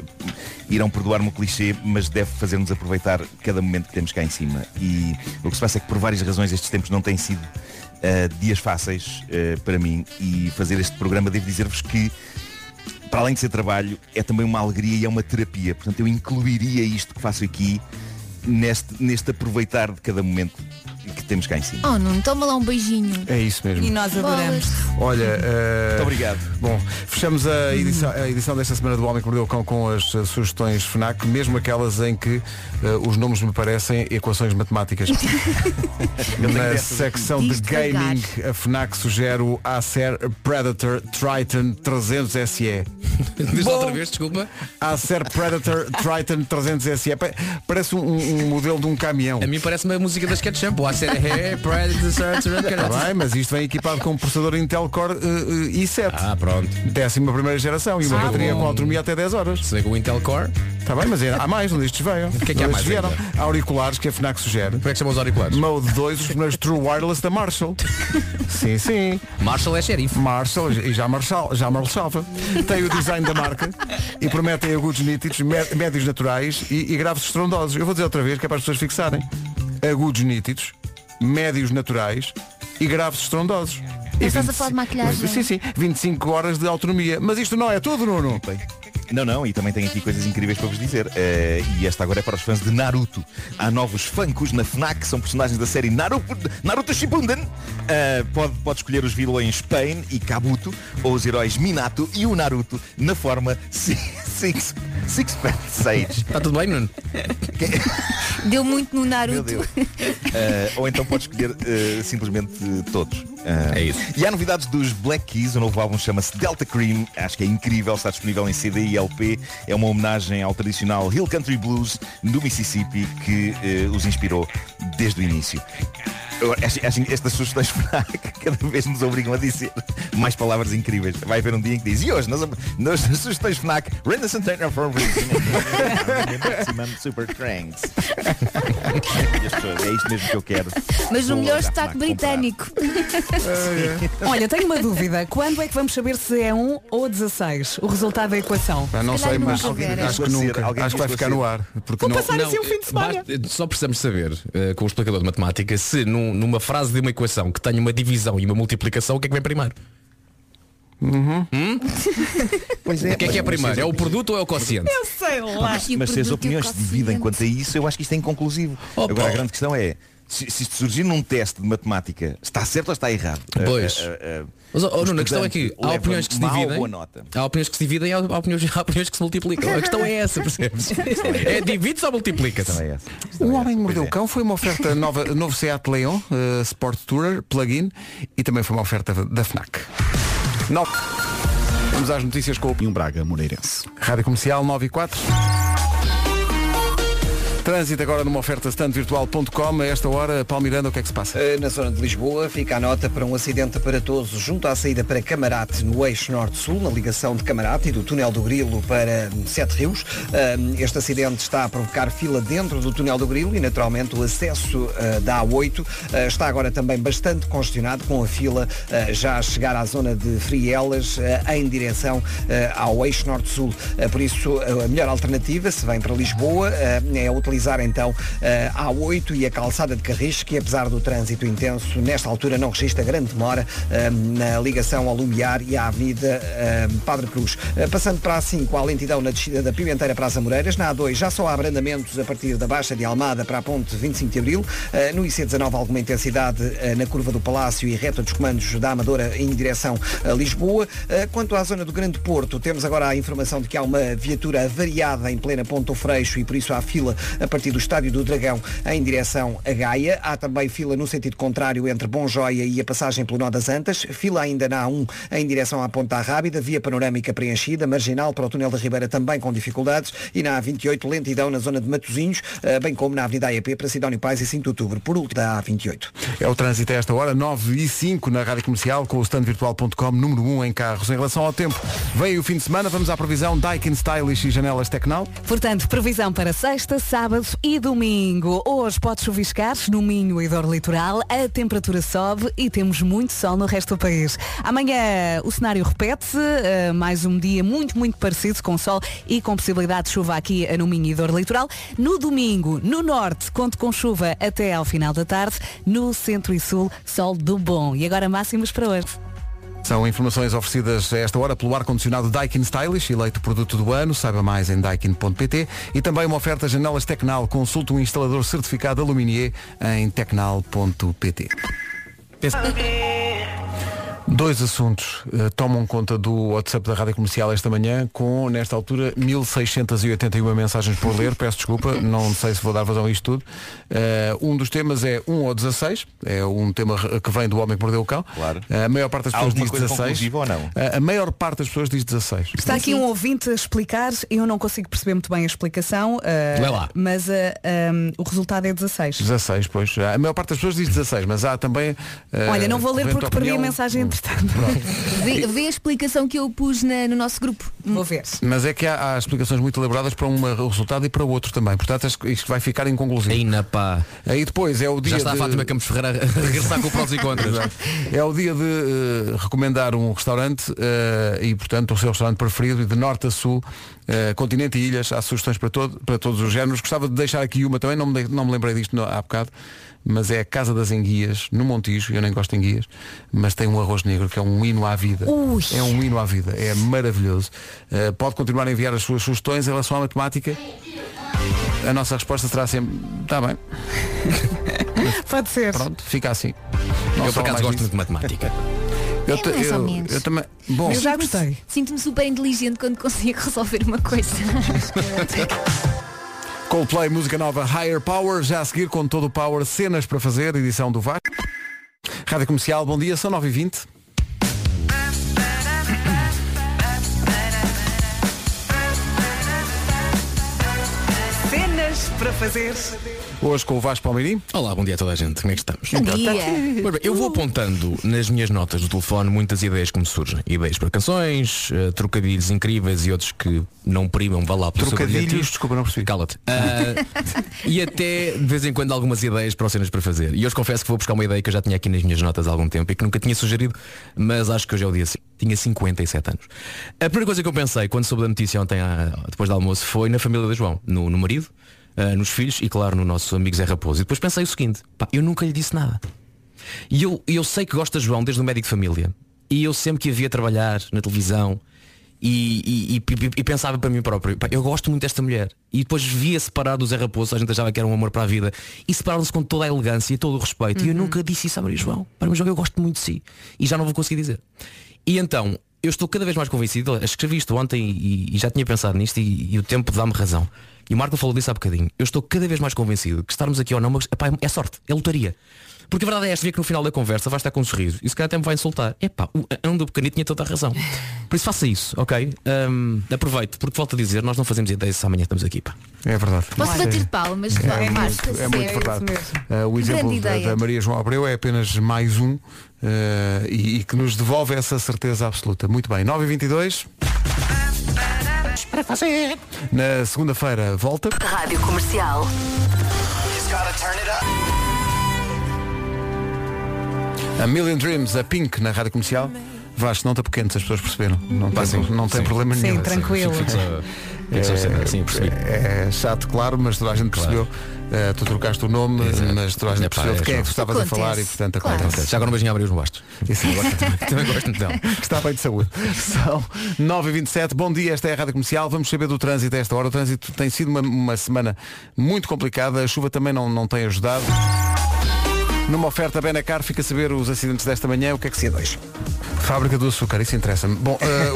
irão perdoar-me o clichê, mas deve fazer-nos aproveitar cada momento que temos cá em cima. E o que se passa é que por várias razões estes tempos não têm sido ah, dias fáceis ah, para mim. E fazer este programa, devo dizer-vos que para além de ser trabalho, é também uma alegria e é uma terapia. Portanto, eu incluiria isto que faço aqui neste, neste aproveitar de cada momento que temos cá em cima. Oh, não, toma lá um beijinho. É isso mesmo. E nós adoramos. Olha, eh, Muito obrigado. Bom, fechamos a edição, a edição desta semana do Homem que Mordeu o Cão com as eh, sugestões FNAC, mesmo aquelas em que eh, os nomes me parecem equações matemáticas. tenho Na dessas. secção de Diz devagar. gaming, a FNAC sugere o Acer Predator Triton 300 SE. Diz lá outra vez, desculpa. Acer Predator Triton 300 SE. Pa- Parece um, um modelo de um caminhão. A mim parece uma música das Ketchup. O Acer é Predator. Tá bem, mas isto vem equipado com um processador Intel Core eh, eh, i7. Ah, pronto. Décima primeira geração e uma Ah, bateria bom. com autonomia até 10 horas. Sei que o Intel Core. Está bem, mas é, há mais, onde estes vêm. que é que há mais vieram? ainda? Auriculares que a FNAC sugere. Como é que chamam os auriculares? Mode 2, os primeiros True Wireless da Marshall. sim, sim. Marshall é xerife. Marshall, e já Marshall, já Marshallva. Tem o design da marca e prometem agudos nítidos, mé- médios naturais e, e graves estrondosos. Eu vou dizer outra vez, que é para as pessoas fixarem. Agudos nítidos, médios naturais e graves estrondosos. E Estás 25 a falar de maquilhagem? Sim, sim, 25 horas de autonomia. Mas isto não é tudo, Nuno. Não, não, e também tenho aqui coisas incríveis para vos dizer. Eh, e esta agora é para os fãs de Naruto. Há novos funkos na FNAC, são personagens da série Naruto, Naruto Shippuden. Eh, pode, pode escolher os vilões Pain e Kabuto, ou os heróis Minato e o Naruto, na forma Six, six, six Sage. Está Tá tudo bem, Nuno? Deu muito no Meu Naruto. Deus. Eh, ou então pode escolher eh, simplesmente eh, todos. é isso. E há novidades dos Black Keys, o novo álbum chama-se Delta Cream, acho que é incrível, está disponível em CD e LP, é uma homenagem ao tradicional Hill Country Blues do Mississippi que eh, os inspirou desde o início. Eu é acho- acho que assim, Estas sugestões FNAC cada vez nos obrigam a dizer mais palavras incríveis. Vai haver um dia em que diz, e hoje, nas, nas sugestões FNAC, Renda Santana for Maximum Super Cranks. E as pessoas, é isto mesmo que eu quero. Mas o Vou melhor usar sotaque FNAC, comprar. britânico. Olha, tenho uma dúvida. Quando é que vamos saber se é 1 ou 16? O resultado da equação. Ah, não sei, mas acho que nunca. Acho que vai ficar no ar. Porque Vou não... passar assim um fim de semana. Basta- só precisamos saber, eh, com o explicador de matemática, se num- numa frase de uma equação que tenha uma divisão e uma multiplicação, o que é que vem primeiro? Hum? o que é que é mas- primeiro? É o produto ou é o quociente? Eu sei lá. Mas, mas se as opiniões se dividem quanto a isso, eu acho que isto é inconclusivo. Agora a grande questão é, se, se isto surgir num teste de matemática, está certo ou está errado? Pois. Ah, ah, ah, Mas, oh, o Nuno, a questão é que estudante há leva opiniões que se má ou dividem. boa nota? Há opiniões que se dividem e há opiniões, há opiniões que se multiplicam. A questão é essa, percebes? É divide-se ou multiplica-se? é O Homem que Mordeu o Cão foi uma oferta nova, novo Seat Leon, eh, Sport Tourer, plug-in, e também foi uma oferta da FNAC. No... Vamos às notícias com o Braga Moreirense. Rádio Comercial 9 e 4. Trânsito agora numa oferta standvirtual.com. A esta hora, Paulo Miranda, o que é que se passa? Eh, Na zona de Lisboa fica a nota para um acidente aparatoso junto à saída para Camarate, no eixo norte-sul, na ligação de Camarate e do túnel do Grilo para hum, Sete Rios. Hum, Este acidente está a provocar fila dentro do túnel do Grilo e, naturalmente, o acesso eh, da A8 eh, está agora também bastante congestionado, com a fila eh, já a chegar à zona de Frielas eh, em direção eh, ao eixo norte-sul. Eh, Por isso, eh, a melhor alternativa, se vem para Lisboa, eh, é utilizar então eh, a A8 e a calçada de Carris, que apesar do trânsito intenso, nesta altura não registra grande demora eh, na ligação ao Lumiar e à Avenida eh, Padre Cruz. Eh, Passando para a 5, há lentidão na descida da Pimenteira para as Amoreiras. Na A2 já só há abrandamentos a partir da Baixa de Almada para a ponte 25 de Abril. Eh, No IC19 alguma intensidade eh, na curva do Palácio e reta dos comandos da Amadora em direção a Lisboa. Eh, Quanto à zona do Grande Porto, temos agora a informação de que há uma viatura avariada em plena Ponto Freixo e por isso há fila a partir do Estádio do Dragão em direção a Gaia. Há também fila no sentido contrário entre Bonjoia e a passagem pelo Nó das Antas. Fila ainda na A1 em direção à Ponta Rábida, via panorâmica preenchida, marginal para o Túnel da Ribeira também com dificuldades e na A28 lentidão na zona de Matosinhos, eh, bem como na Avenida AEP para Sidónio Pais e 5 de Outubro. Por último, da A28. É o trânsito a esta hora, 9 e 5 na Rádio Comercial, com o standvirtual.com, número 1 em carros. Em relação ao tempo, vem o fim de semana, vamos à previsão Daikin Stylish e Janelas Tecnal. Portanto, previsão para sexta, sábado e domingo. Hoje pode chuviscar no Minho e Dor Litoral, a temperatura sobe e temos muito sol no resto do país. Amanhã o cenário repete-se, eh, mais um dia muito, muito parecido com sol e com possibilidade de chuva aqui eh, no Minho e Dor Litoral. No domingo, no norte, conto com chuva até ao final da tarde. No centro e sul, sol do bom. E agora máximos para hoje. São informações oferecidas a esta hora pelo ar-condicionado Daikin Stylish, eleito produto do ano, saiba mais em daikin.pt e também uma oferta Janelas Tecnal, consulte um instalador certificado aluminier em tecnal.pt. Dois assuntos eh, tomam conta do WhatsApp da Rádio Comercial esta manhã com, nesta altura, 1681 mensagens por ler. Peço desculpa, não sei se vou dar vazão a isto tudo. Eh, um dos temas é 1 ou 16, é um tema re- que vem do Homem que Mordeu o Cão. Eh, Claro. a maior parte das Há pessoas alguma diz coisa 16. conclusiva ou não? Eh, a maior parte das pessoas diz 16. Está aqui um ouvinte a explicar, eu não consigo perceber muito bem a explicação, eh, Vai lá. mas eh, ehm, o resultado é 16. 16, pois. A maior parte das pessoas diz 16, mas há também. eh, Olha, não vou ler corrente porque perdi a opinião. mensagem entretanto. Vê, vê a explicação que eu pus na- no nosso grupo. Vou ver. Mas é que há, há explicações muito elaboradas para um resultado e para o outro também. Portanto, acho que isto vai ficar inconclusivo. Aí na pá. Aí depois é o dia Já está de... a Fátima Campos Ferreira a regressar com prós e contras. Exato. É o dia de eh, recomendar um restaurante eh, e, portanto, o seu restaurante preferido e de norte a sul, eh, continente e ilhas, há sugestões para, todo, para todos os géneros. Gostava de deixar aqui uma também, não me, de- não me lembrei disto no- há bocado, mas é a Casa das Enguias, no Montijo, eu nem gosto de enguias, mas tem um arroz negro que é um hino à vida. Ui. É um hino à vida, é maravilhoso. Eh, pode continuar a enviar as suas sugestões em relação à matemática. A nossa resposta será sempre, está bem. Pode ser. Pronto, fica assim. Eu por sou acaso mais gosto disso. muito de matemática. Eu, É ta- mais ou eu- menos. eu também. Bom, Eu sinto-me- Sinto-me super inteligente quando consigo resolver uma coisa. Coldplay, música nova Higher Power, já a seguir com todo o Power, cenas para fazer, edição do VAC. Rádio Comercial, bom dia, são 9h20. Cenas para fazer. Hoje com o Vasco Palmeirim. Olá, bom dia a toda a gente. Como é que estamos? Bom dia. Pois bem, eu vou apontando nas minhas notas do telefone muitas ideias que me surgem. Ideias para canções, eh, trocadilhos incríveis e outros que não primam, vá lá pelo seu Trocadilhos? brilhantismo. desculpa, não percebi. Cala-te. Ah, e até de vez em quando algumas ideias para os cenas para fazer. E hoje confesso que vou buscar uma ideia que eu já tinha aqui nas minhas notas há algum tempo e que nunca tinha sugerido, mas acho que hoje é o dia. c- Tinha 57 anos. A primeira coisa que eu pensei quando soube da notícia ontem, à- depois do almoço, foi na família do João, no, no marido, ah, nos filhos e, claro, no nosso amigo Zé Raposo. E depois pensei o seguinte, pá, eu nunca lhe disse nada. E eu, eu sei que gosta de João desde o médico de família. E eu sempre que a via trabalhar na televisão e, e- e- e pensava para mim próprio, "Pá, eu gosto muito desta mulher. E depois via separar do Zé Raposo, a gente achava que era um amor para a vida. E separaram-se com toda a elegância e todo o respeito. E eu nunca disse isso a Maria João. Para Maria João, eu gosto muito de si. E já não vou conseguir dizer. E então, eu estou cada vez mais convencido, acho que escrevi isto ontem e, e já tinha pensado nisto e, e o tempo dá-me razão. E o Marco falou disso há bocadinho. Eu estou cada vez mais convencido que estarmos aqui ou não, mas epá, é sorte, é lotaria. Porque a verdade é esta, vê que no final da conversa vai estar com um sorriso e se calhar até me vai insultar. Epá, o Ano do Pequenito tinha toda a razão. Por isso faça isso, ok? Hum, aproveite, porque volto a dizer, nós não fazemos ideia se amanhã estamos aqui. Pá. É verdade. Posso Isso é- bater palmas? É, Claro, Marcos, muito, é sério, muito isso verdade. mesmo. Ah, o Grande exemplo da, ideia. da Maria João Abreu é apenas mais um ah, e, e que nos devolve essa certeza absoluta. Muito bem, 9 e 22 Para fazer. na segunda-feira volta. Rádio Comercial. A Million Dreams, a Pink, na rádio comercial. Vasco, não está pequeno, se as pessoas perceberam. Não tem, Pá, sim, não tem sim. problema Sim, nenhum. tranquilo. Sim, sim, sim, sim, sim, sim, percebi. É, é chato, claro, mas toda a gente percebeu. Eh, tu trocaste o nome, mas toda a gente É pá, percebeu de é quem é chato. que tu estavas a falar e, portanto, Claro. acontece. Já agora um beijinho a abrir os bastos. Isso, eu gosto também. Também gosto, então. Que está bem de saúde. São 9h27, bom dia, esta é a Rádio Comercial. Vamos saber do trânsito a esta hora. O trânsito tem sido uma, uma semana muito complicada, a chuva também não, não tem ajudado. Numa oferta Benacar, fica a saber os acidentes desta manhã, o que é que se dois? Fábrica do Açúcar, isso interessa-me. Bom, eh,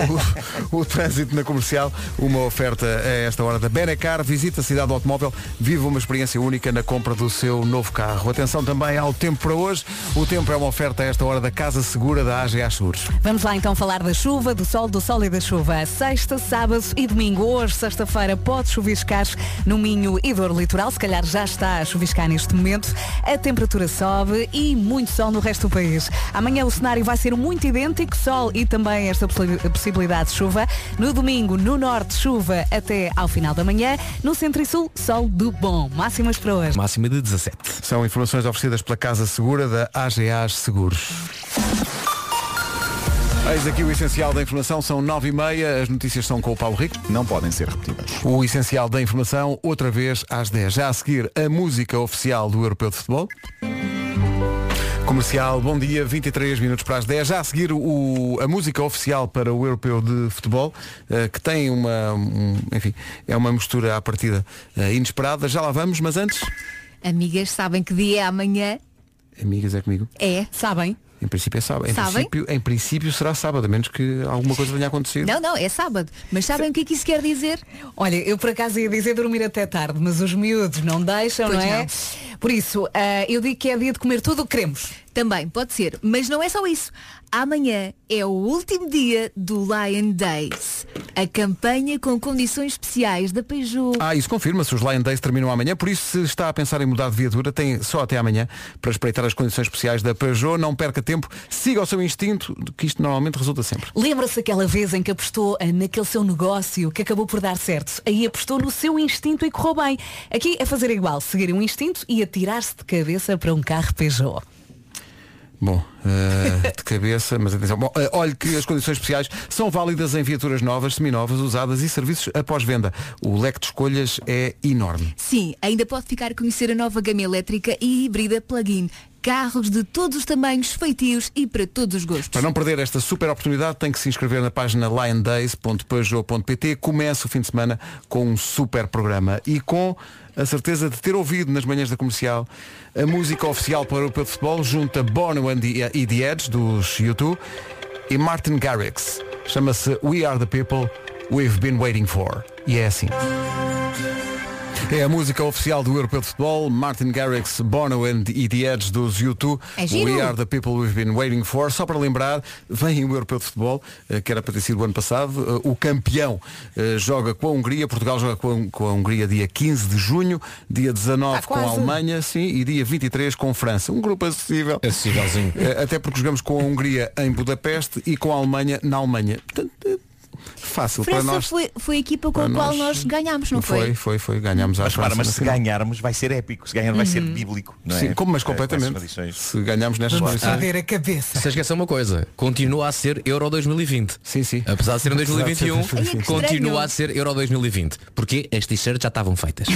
o, o trânsito na comercial, uma oferta a esta hora da Benacar, visita a cidade do automóvel, vive uma experiência única na compra do seu novo carro. Atenção também ao tempo para hoje. O tempo é uma oferta a esta hora da Casa Segura da AGA Seguros. Vamos lá então falar da chuva, do sol, do sol e da chuva. Sexta, sábado e domingo. Hoje, sexta-feira, pode chuviscar no Minho e Douro Litoral. Se calhar já está a chuviscar neste momento. A temperatura sobe e muito sol no resto do país. Amanhã o cenário vai ser muito idêntico. Sol e também esta possi- possibilidade de chuva. No domingo, no norte, chuva até ao final da manhã. No centro e sul, sol do bom. Máximas para hoje. Máxima de 17. São informações oferecidas pela Casa Segura da AGA Seguros. Eis aqui o essencial da informação, são nove e meia, as notícias são com o Paulo Rico. Não podem ser repetidas. O essencial da informação, outra vez às 10. Já a seguir, a música oficial do Europeu de Futebol. Comercial, bom dia, 23 minutos para as 10. Já a seguir o- a música oficial para o Europeu de Futebol, eh, que tem uma, um- enfim, é uma mistura à partida eh, inesperada. Já lá vamos, mas antes, Amigas, sabem que dia é amanhã? amigas é comigo. É. Sabem? Em princípio é sábado. Em, Sabem? princípio, em princípio será sábado, a menos que alguma coisa venha a acontecer. Não, não, é sábado. Mas sabem o que é que isso quer dizer? Olha, eu por acaso ia dizer dormir até tarde, mas os miúdos não deixam, Pois não é? Por isso, ah, eu digo que é dia de comer tudo o que queremos. Também, pode ser. Mas não é só isso. Amanhã é o último dia do Lion Days. A campanha com condições especiais da Peugeot. Ah, isso confirma-se, os Lion Days terminam amanhã, por isso se está a pensar em mudar de viatura, tem só até amanhã para espreitar as condições especiais da Peugeot, não perca tempo, siga o seu instinto, que isto normalmente resulta sempre. Lembra-se aquela vez em que apostou ah, naquele seu negócio que acabou por dar certo? Aí apostou no seu instinto e correu bem. Aqui é fazer igual, seguir um instinto e atirar-se de cabeça para um carro Peugeot. Bom, eh, de cabeça, mas atenção. Bom, eh, olhe que as condições especiais são válidas em viaturas novas, seminovas, usadas e serviços após venda. O leque de escolhas é enorme. Sim, ainda pode ficar a conhecer a nova gama elétrica e híbrida plug-in. Carros de todos os tamanhos, feitios e para todos os gostos. Para não perder esta super oportunidade, tem que se inscrever na página liondays.peugeot.pt. Começa o fim de semana com um super programa e com a certeza de ter ouvido nas manhãs da comercial a música oficial para o Europeu de Futebol junto a Bono and the- e The Edge dos YouTube e Martin Garrix. Chama-se We Are the People We've Been Waiting For. E é assim. É a música oficial do Europeu de Futebol, Martin Garrix, Bono and e The Edge dos U2. É giro. We are the people we've been waiting for. Só para lembrar, vem o Europeu de Futebol, eh, que era para ter sido o ano passado. Eh, O campeão eh, joga com a Hungria, Portugal joga com a Hun- com a Hungria dia 15 de junho, dia 19 Tá Está com a quase. Alemanha, sim, e dia 23 com a França. Um grupo acessível. Acessívelzinho. Eh, Até porque jogamos com a Hungria em Budapeste e com a Alemanha na Alemanha. Portanto, eh, fácil França para nós. foi, foi a equipa com para a qual nós- nós ganhámos, não foi, foi, foi. Ganhámos à Mas para, França mas na se final. ganharmos vai ser épico, se ganhar vai ser Uhum. bíblico, não é? Sim, como, mas Com essas completamente. condições. Se ganharmos nestas Vamos condições. perder a cabeça. Se esqueçam uma coisa, continua a ser Euro 2020. Sim, sim. Apesar de ser em Apesar de ser 2021, difícil, sim. continua a ser Euro 2020. Porque as t-shirts já estavam feitas.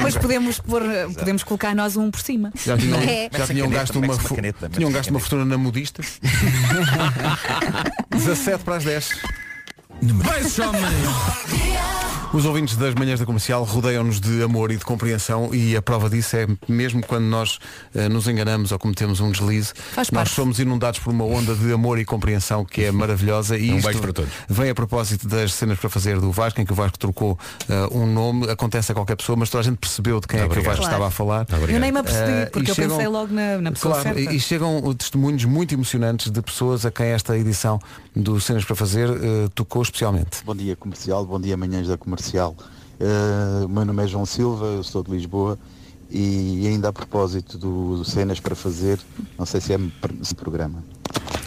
Mas podemos, pôr, eh, podemos colocar nós um por cima. Já tinham, É. já tinham gasto uma, fu- tinham gasto uma fortuna na modista. 17 para as 10. Mais homens. Os ouvintes das manhãs da comercial rodeiam-nos de amor e de compreensão e a prova disso é mesmo quando nós eh, nos enganamos ou cometemos um deslize, Faz nós parte. somos inundados por uma onda de amor e compreensão que é maravilhosa e É um isto beijo para todos. vem a propósito das cenas para fazer do Vasco, em que o Vasco trocou eh, um nome, acontece a qualquer pessoa, mas toda a gente percebeu de quem é que o Obrigado. Vasco estava Claro. a falar. Eu nem me Eh, apercebi, e porque eu chegam- pensei logo na, na pessoa Claro, certa. e e chegam uh, testemunhos muito emocionantes de pessoas a quem esta edição do Cenas para Fazer uh, tocou especialmente. Bom dia comercial, bom dia manhãs da comercial. Eh, O meu nome é João Silva, eu sou de Lisboa e ainda a propósito do, do cenas para fazer, não sei se é pr- se programa.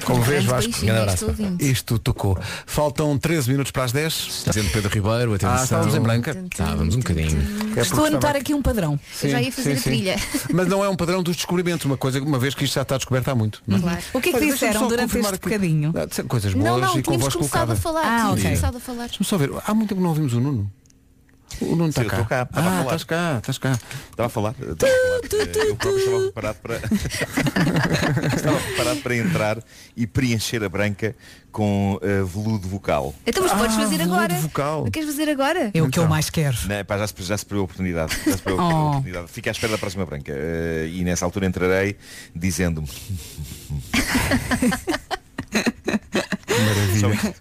Como vês, grande Vasco, beijinho a este ouvinte. isto tocou. Faltam 13 minutos para as 10. Está dizendo Pedro Ribeiro, atenção. Ah, estávamos em branca. Estávamos um bocadinho. Estou a notar aqui um padrão. Mas não é um padrão do descobrimento, uma coisa, uma vez que isto já está descoberto há muito. não é? Claro. O que é que Olha, deixa-me disseram só durante confirmar este aqui. Ah, disseram Coisas boas Não, não, e com tínhamos voz começado colocada. a falar. Ah, tínhamos ok. começado a falar. Deixa-me só ver. Há muito tempo que não ouvimos o Nuno. O Nuno está Sim, eu cá. estou cá, estava a Ah, falar. estás cá, estás cá. Estava a falar. Estava a falar. Eh, Eu próprio estava preparado para. estava preparado para entrar e preencher a branca com eh, veludo vocal. Então, mas Ah, podes fazer agora. Queres fazer agora? É mais quero. Não, é? pá, já, se, já se perdeu a oportunidade. Já se perdeu a Oh. oportunidade. Fica à espera da próxima branca. Eh, e nessa altura entrarei dizendo-me. Maravilha.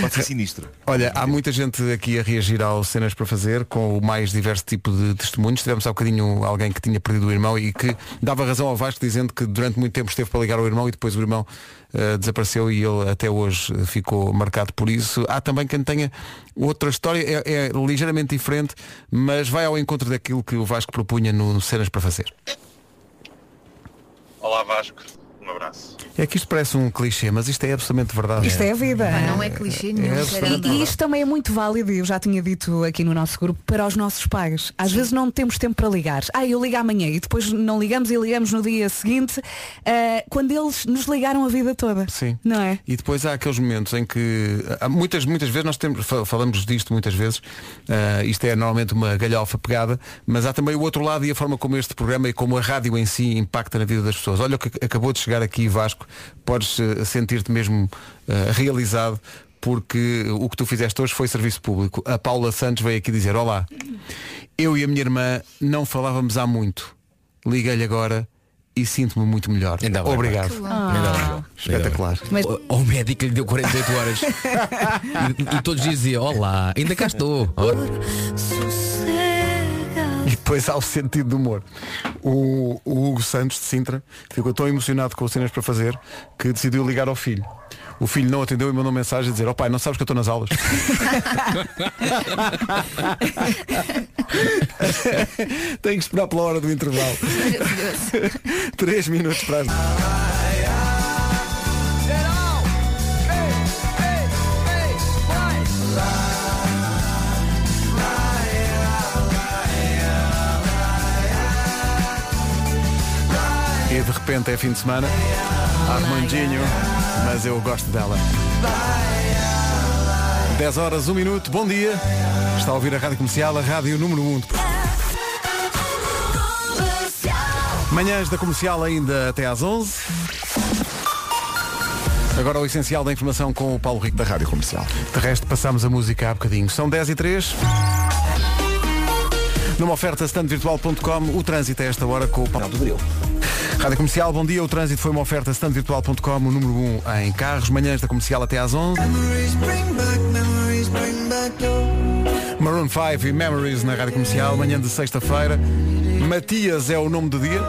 Pode ser sinistro. Olha, há muita gente aqui a reagir ao Cenas para Fazer com o mais diverso tipo de testemunhos. Tivemos há bocadinho alguém que tinha perdido o irmão e que dava razão ao Vasco dizendo que durante muito tempo esteve para ligar ao irmão e depois o irmão eh, desapareceu e ele até hoje eh, ficou marcado por isso. Há também quem tenha outra história, é, é ligeiramente diferente, mas vai ao encontro daquilo que o Vasco propunha no Cenas para Fazer. Olá Vasco, um abraço. É que isto parece um clichê, mas isto é absolutamente verdade. Isto é a vida. não é clichê nenhum, é caramba. E, e isto também é muito válido, eu já tinha dito aqui no nosso grupo, para os nossos pais. Às vezes não temos tempo para ligar. Ah, eu ligo amanhã e depois não ligamos e ligamos no dia seguinte, ah, quando eles nos ligaram a vida toda. Sim. Não é? E depois há aqueles momentos em que há muitas, muitas vezes nós temos, fa- falamos disto muitas vezes, ah, isto é normalmente uma galhofa pegada, mas há também o outro lado e a forma como este programa e como a rádio em si impacta na vida das pessoas. Olha o que ac- acabou de chegar aqui Vasco, podes eh, sentir-te mesmo ah, realizado porque o que tu fizeste hoje foi serviço público. A Paula Santos veio aqui dizer, olá, eu e a minha irmã não falávamos há muito. Liguei-lhe agora e sinto-me muito melhor. bem, Obrigado. Vasco. Ainda bem. Espetacular. Mas... O, o médico lhe deu 48 horas. e, e todos diziam, olá, ainda cá estou. E depois há o sentido do humor. O, o Hugo Santos de Sintra ficou tão emocionado com as cenas para fazer que decidiu ligar ao filho. O filho não atendeu e mandou mensagem a dizer, ó pai, não sabes que eu estou nas aulas. Tenho que esperar pela hora do intervalo. Três minutos para as... E de repente é fim de semana. Armandinho, mas eu gosto dela. 10 horas, 1 minuto, bom dia. Está a ouvir a Rádio Comercial, a Rádio Número 1. Manhãs da Comercial ainda até às 11. Agora o essencial da informação com o Paulo Rico da Rádio Comercial. De resto, passamos a música há bocadinho. São 10 e 3. Numa oferta standvirtual.com, o trânsito a esta hora com o Paulo do Grilo. Rádio Comercial, bom dia. O trânsito foi uma oferta standvirtual.com, o número 1 em carros. Manhãs da Comercial até às 11. Maroon 5 e Memories na Rádio Comercial, manhã de sexta-feira. Matias é o nome do dia.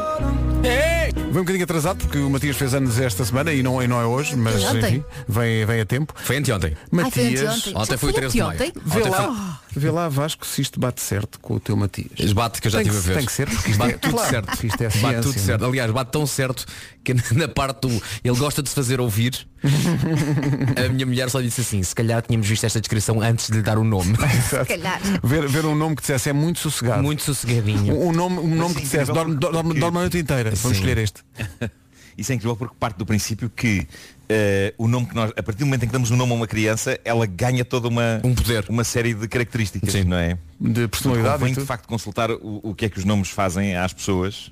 Vem um bocadinho atrasado porque o Matias fez anos esta semana e não, e não é hoje, mas Foi ontem. enfim, vem, vem a tempo. Foi anteontem. Matias. Ontem foi o 13 de maio. Vê Ontem foi- lá, vê lá, Vasco, se isto bate certo com o teu Matias. Bate que eu já Tem tive a que- ver. tem que ser, porque isto bate é- tudo claro, certo. isto é ciência, bate tudo não é? certo. Aliás, bate tão certo que na parte do. Ele gosta de se fazer ouvir. a minha mulher só disse assim, se calhar tínhamos visto esta descrição antes de lhe dar o nome. calhar. Ver, ver um nome que dissesse é muito sossegado. Muito sossegadinho. Um, um nome, um Mas nome que é dissesse incrível dorme, dorme, porque- dorme a noite inteira. Vamos Sim. escolher este. Isso é incrível porque parte do princípio que eh, o nome que nós, a partir do momento em que damos um nome a uma criança, ela ganha toda uma, um poder. uma série de características, não é? De personalidade e Convém tudo. de facto consultar o, o que é que os nomes fazem às pessoas.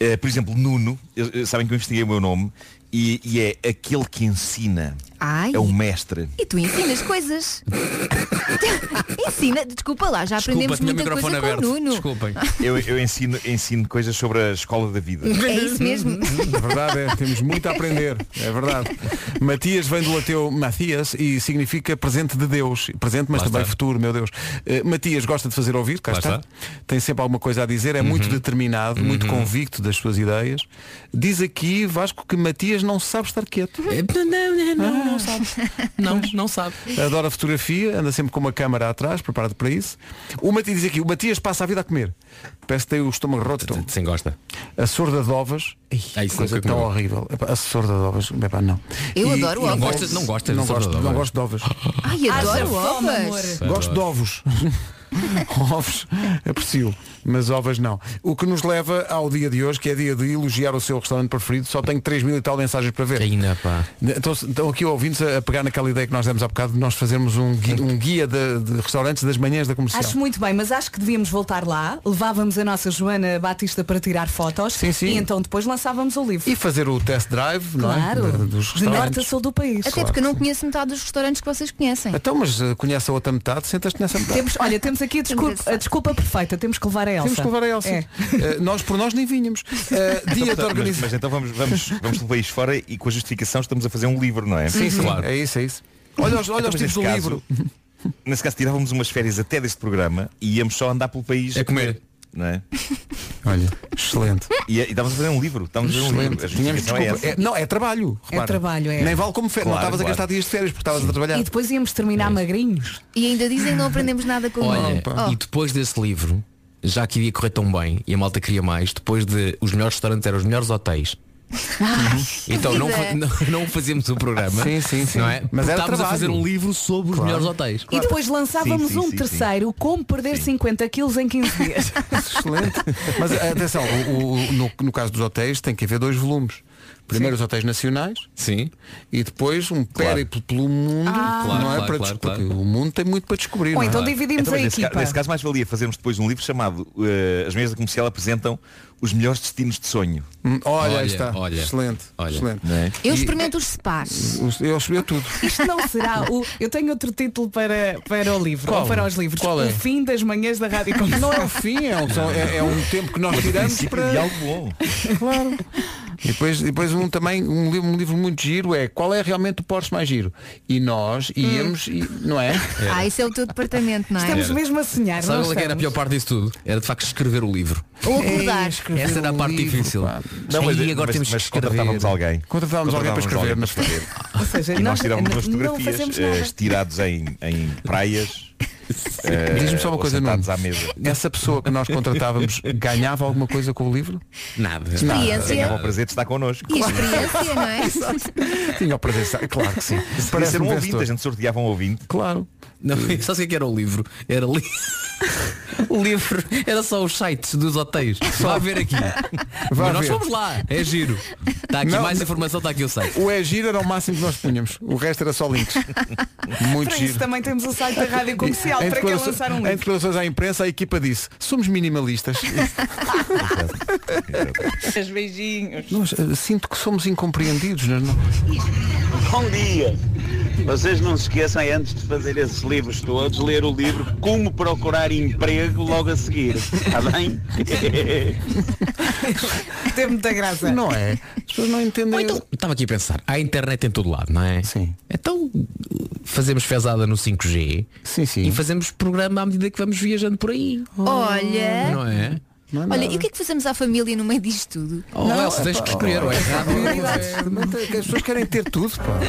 Eh, por exemplo, Nuno, eu- eu- sabem que eu investiguei o meu nome e, e é aquele que ensina. Ai. É o mestre. E tu ensinas coisas. Ensina, desculpa lá, já aprendemos tinha o muita microfone coisa com o aberto, Nuno. Eu, eu ensino, ensino coisas sobre a escola da vida. É isso mesmo. Na verdade, é, temos muito a aprender. É verdade. Matias vem do lateu Matias e significa presente de Deus. Presente, mas Lá também está. futuro, meu Deus. Eh, Matias gosta de fazer ouvir, cá Lá está. está. Tem sempre alguma coisa a dizer, é muito determinado, muito convicto das suas ideias. Diz aqui, Vasco, que Matias não sabe estar quieto. Não, não, não, não sabe. Não, não sabe. Adora fotografia, anda sempre com uma câmara atrás, preparado para isso. O Matias diz aqui, o Matias passa a vida a comer. Parece que tem o estômago roto. Sim, gosta. A sorda de ovas. Ih, coisa tão horrível. Epá, A sorda de ovas. Epá, não. Eu adoro ovas. Não gostas- não gostas de não sorda gosto, de não ovas? gosto de ovas. Ai, adoro Haja fome, ovas. amor. Gosto de ovos. ovos, aprecio, mas ovas não. O que nos leva ao dia de hoje, que é dia de elogiar o seu restaurante preferido, só tenho 3 mil e tal mensagens para ver. é Ainda pá. Estão, estão Então, aqui ouvintes a a pegar naquela ideia que nós demos há bocado de nós fazermos um guia, um guia de, de restaurantes das manhãs da comercial. Acho muito bem, mas acho que devíamos voltar lá. Levávamos a nossa Joana Batista para tirar fotos sim. e então depois lançávamos o livro. E fazer o test drive não é? Claro. De- dos De norte a restaurantes. sul do país. Até Claro. porque eu não conheço metade dos restaurantes que vocês conhecem. Então, mas eh, conhece a outra metade, sentas-te nessa metade. Temos, olha, temos aqui a desculpa, a desculpa perfeita. Temos que levar a Elsa. Temos que levar a Elsa. É. Eh, nós por nós nem vinhamos. Eh, dia de Então, portanto, mas, organização. mas então vamos, vamos, vamos pelo país fora e com a justificação estamos a fazer um livro, não é? Sim, sim, Claro. é isso, é isso. Olha os- olha os Então, mas tipos nesse do caso- Nesse caso tirávamos umas férias até deste programa e íamos só andar pelo país. A comer. Não é? Olha, excelente. E, e estávamos a fazer um livro. Estávamos a fazer um livro. A Tínhamos justificação é desculpa. essa. É- não, é trabalho. É repara. trabalho, é. Nem vale como férias. não Claro, estavas a claro. gastar dias de férias porque estavas a trabalhar. E depois íamos É terminar magrinhos. E ainda dizem que não aprendemos nada com o Olha, Nuno. Oh. e depois desse livro, já que ia correr tão bem e a malta queria mais, depois de os melhores restaurantes eram os melhores hotéis. Então não, é. Vida. não, não fazíamos o programa. Sim, sim, sim. Não é? Mas Mas era estávamos a trabalho. fazer um livro sobre os Claro. melhores hotéis. E depois lançávamos um terceiro, como perder 50 quilos em 15 dias. Excelente. Mas eh, atenção, o- o- no, no caso dos hotéis tem que haver dois volumes. Primeiro os hotéis nacionais Sim. e depois um périplo pelo mundo Ah. não é? Claro, para claro, des- claro, porque o mundo tem muito para descobrir. Ou não é? então dividimos mas a nesse, equipa. ca- nesse caso mais valia fazermos depois um livro chamado eh, As Meias da Comercial apresentam os melhores destinos de sonho. é? Hum, Olha, aí está. Excelente. excelente. Né? Eu E- experimento os spas. os- Eu subi tudo. Isto não será o. Eu tenho outro título para, para o livro, Qual? ou para os livros. Qual é? O fim das manhãs da Rádio Comercial. Não é o fim, é um, são- é- é um tempo que nós Mas o tiramos princípio para. de algo bom. Claro. E depois, e depois um também, um livro, um livro muito giro é qual é realmente o Porsche mais giro? E nós Hum. íamos, e, não é? Ah, isso é o teu departamento, não é? Estamos Era. mesmo a sonhar. Sabe não qual é que era a estamos? pior parte disso tudo? Era de facto escrever o livro. Ou acordar. Essa era a parte difícil. Não, mas- e agora mas- temos mas que escrever. contratávamos alguém. Contratávamos alguém para escrever, mas- escrever. Ou seja, E nós nós, tirávamos umas não fotografias fazemos eh, nada. estirados em, em praias. Diz-me só uma coisa, Nuno. não. à mesa. Essa pessoa que nós contratávamos ganhava alguma coisa com o livro? Nada. Experiência. Ganhava o prazer de estar connosco. E experiência, não é? Tinha o prazer de estar- Claro que sim. Para ser um um ouvinte, vencedor. a gente sorteava um né? ouvinte. Claro. Não, só sei o que era o livro. Era li... o livro. Era só os sites dos hotéis. Vá ver aqui. Vá Mas nós ver. fomos lá. É giro. Está aqui Não, mais não. informação, está aqui o site. O é giro era o máximo que nós punhamos. O resto era só links. Muito Para isso giro. também temos o site da Rádio Comercial, Em para que é declarações- lançar um Em livro. declarações à imprensa, a equipa disse, somos minimalistas. beijinhos. Nós, eh, sinto que somos incompreendidos. Não, não. Bom dia. Vocês não se esqueçam, é antes de fazer esses livros todos, ler o livro Como Procurar Emprego logo a seguir. Está bem? Tem muita graça. Não é? As pessoas não entendem. Estava aqui a pensar. Há internet em todo lado, não é? Sim. Então fazemos fezada no 5G e fazemos programa à medida que vamos viajando por aí. Olha. Não é? Olha, e o que é que fazemos à família no meio disto tudo? Oh, Elsa, tens que escolher, ou é errado ou é As pessoas querem ter tudo, pá.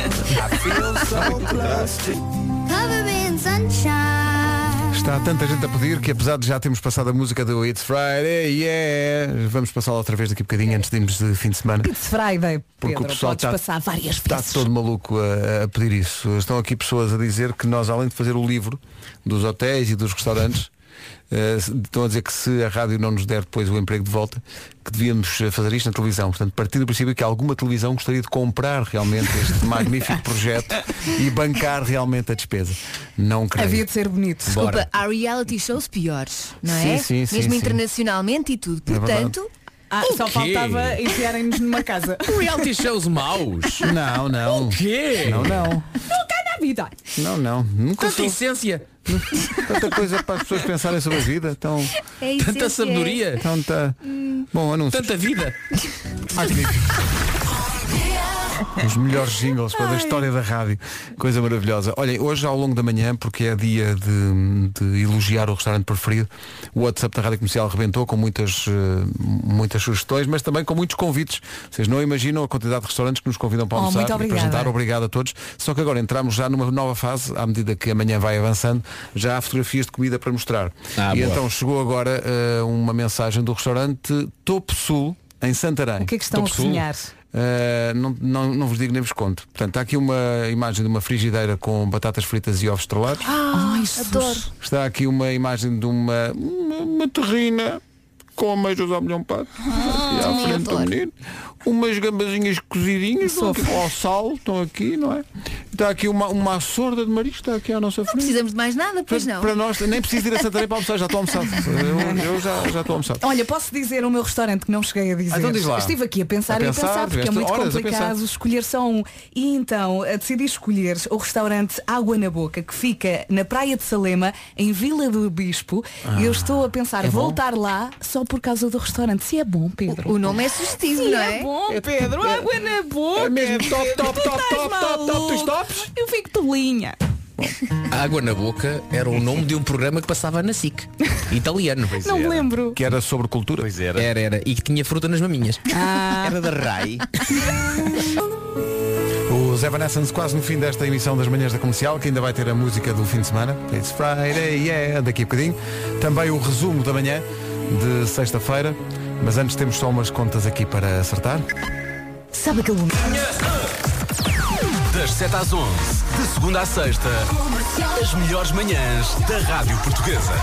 Está tanta gente a pedir que apesar de já termos passado a música do It's Friday, yeah, vamos passá-la outra vez daqui a bocadinho antes de irmos de fim de semana. It's Friday, Porque Pedro, o pessoal tá- podes está, passar várias está vezes. todo maluco a, a pedir isso. Estão aqui pessoas a dizer que nós, além de fazer o livro dos hotéis e dos restaurantes, eh, se- estão a dizer que se a rádio não nos der depois o emprego de volta, que devíamos eh, fazer isto na televisão. Portanto, partindo do princípio que alguma televisão gostaria de comprar realmente este magnífico projeto e bancar realmente a despesa. Não creio. Havia de ser bonito. Desculpa, há reality shows piores, não Sim, é? sim, sim, Mesmo sim. internacionalmente e tudo. É verdade. Portanto, Ah, o só quê? faltava enfiarem-nos numa casa. Reality shows maus. Não, não. O quê? Não, não. Nunca na a vida. Não, não. Nunca Tanta sou- essência. Tanta coisa para as pessoas pensarem sobre a vida. Tão... É isso, Tanta é. sabedoria. Tanta... Bom, anúncio. Tanta vida. Os melhores jingles para a história da rádio. Coisa maravilhosa. Olhem, hoje ao longo da manhã, porque é dia de, de elogiar o restaurante preferido, o WhatsApp da Rádio Comercial rebentou com muitas, eh, muitas sugestões, mas também com muitos convites. Vocês não imaginam a quantidade de restaurantes que nos convidam para Oh, almoçar muito e obrigada. apresentar. Obrigado a todos. Só que agora entramos já numa nova fase, à medida que amanhã vai avançando, já há fotografias de comida para mostrar. Ah, e boa. então chegou agora eh, uma mensagem do restaurante Topo Sul, em Santarém. O que é que estão Topo a Sul? cozinhar? Uh, não, não, não vos digo nem vos conto. Portanto, há aqui uma imagem de uma frigideira com batatas fritas e ovos estrelados. Ai, adoro. Está aqui uma imagem de uma, uma, uma terrina com ameijos ao milhão pato. Ah, e à também frente do adoro. menino. Umas gambazinhas cozidinhas estão aqui, ao sal, estão aqui, não é? Está aqui uma, uma sorda de marisco, está aqui à nossa frente. Precisamos de mais nada, pois não. Para nós, nem preciso ir a Santarém para almoçar, já estou almoçado. Eu, eu já, já estou almoçado. Olha, posso dizer o meu restaurante que não cheguei a dizer. Ah, então diz lá. Estive aqui a pensar A e a pensar, pensar, porque é tiveste muito horas a complicado pensar. escolher só um. E então eh, decidi escolher o restaurante Água na Boca, que fica na Praia de Salema, em Vila do Bispo. Ah, e eu estou a pensar é bom? voltar lá só por causa do restaurante. Se é bom, Pedro. O nome é sugestivo, Se não é? bom, Pedro. Água na boca. É mesmo top, Pedro. top, Tu top, estás top, top, top, maluco. tu stops? Eu fico tolinha. Água na boca era o nome de um programa que passava na SIC. Italiano. Não me era. lembro. Que era sobre cultura. Pois era. Era, era. E que tinha fruta nas maminhas. Era da RAI. Os Evanescence quase no fim desta emissão das manhãs da comercial, que ainda vai ter a música do fim de semana. It's Friday, yeah, daqui a bocadinho. Também o resumo da manhã de sexta-feira. Mas antes temos só umas contas aqui para acertar. Sabe aquele momento? Das 7 às 11, de segunda à sexta, as melhores manhãs da Rádio Portuguesa.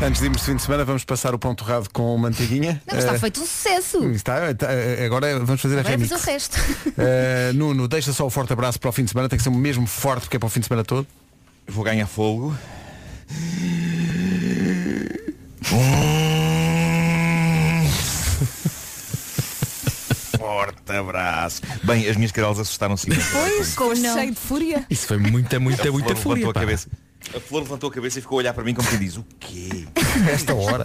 Antes de irmos de fim de semana, vamos passar o pão torrado com manteiguinha. Não, está Eh, feito um sucesso. está, está, eh, agora vamos fazer a Agora é remix. fazer o resto. Eh, Nuno, deixa só o forte abraço para o fim de semana. Tem que ser mesmo forte, porque é para o fim de semana todo. Vou ganhar fogo. Forte abraço. Bem, as minhas carolas assustaram-se. imenso. Pois, com cheio de fúria. Isso foi muita, muita, a muita Flor fúria, Levantou a, pá. cabeça. a flor levantou a cabeça e ficou a olhar para mim como quem diz, o quê? Esta hora.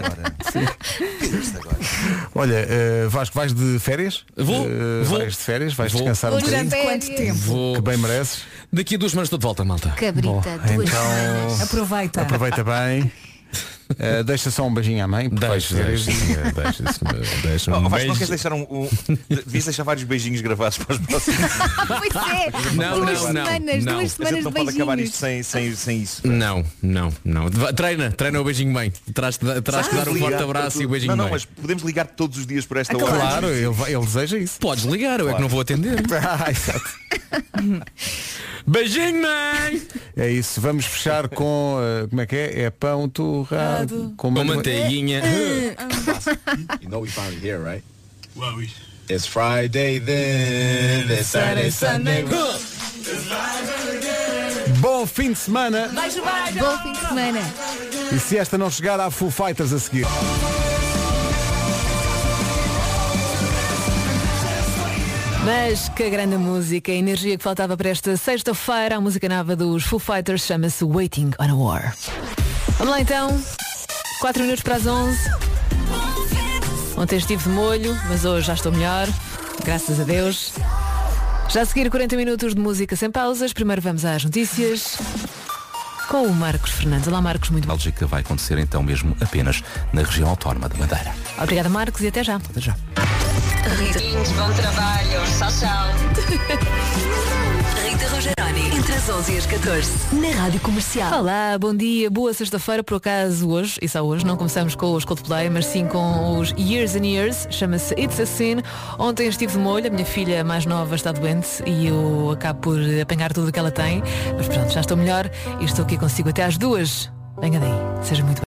é Olha, eh, Vasco, vais de férias? Vou, Eh, vou. Vais de férias, vais Vou. descansar um Vou bocadinho. durante Quanto tempo? Vou. Que bem mereces. Daqui a duas semanas estou de volta, malta. Cabrita, Bom, duas então- semanas. Aproveita. Aproveita bem. Eh, deixa só um beijinho à mãe. Deixa, deixa, deixa Oh, Vasco, não queres deixar um, um- Devias deixar vários beijinhos gravados para os próximos. pois é. Não, duas não, não, semanas, não. duas A A semanas gente de não pode acabar beijinhos. isto sem, sem, sem isso. Não, não, não. Va- Treina, treina o beijinho mãe. Terás que terás que dar um Podemos forte ligar abraço para e o tudo. beijinho Não, não, mãe. mas podemos ligar todos os dias por esta Ah, hora. claro, ele, deseja isso. Podes ligar, eu é que não vou atender. Beijinho, mãe! É isso, vamos fechar com. eh, como é que é? É pão torrado. Com manteiguinha. You know we finally here, right? It's Friday then, it's Saturday, Sunday. Bom fim de semana. Beijo, beijo. Bom fim de semana. E se esta não chegar, há Foo Fighters a seguir. Mas que grande música, a energia que faltava para esta sexta-feira. A música nova dos Foo Fighters chama-se Waiting on a War. Vamos lá então, 4 minutos para as 11. Ontem estive de molho, mas hoje já estou melhor, graças a Deus. Já a seguir 40 minutos de música sem pausas. Primeiro vamos às notícias com o Marcos Fernandes. Olá Marcos, muito Bélgica vai acontecer então mesmo apenas na região autónoma de Madeira. obrigada Marcos e até já. Até já. Ritinhos, bom trabalho. Tchau, tchau. Rita Rogeroni, entre as 11 e as 14. na Rádio Comercial. Olá, bom dia, boa sexta-feira, por acaso hoje, e só hoje, não começamos com os Coldplay, mas sim com os Years and Years, chama-se It's a Sin. Ontem estive de molho, a minha filha mais nova está doente e eu acabo por apanhar tudo o que ela tem, mas pronto, já estou melhor e estou aqui consigo até às duas. Venha daí, seja muito bem.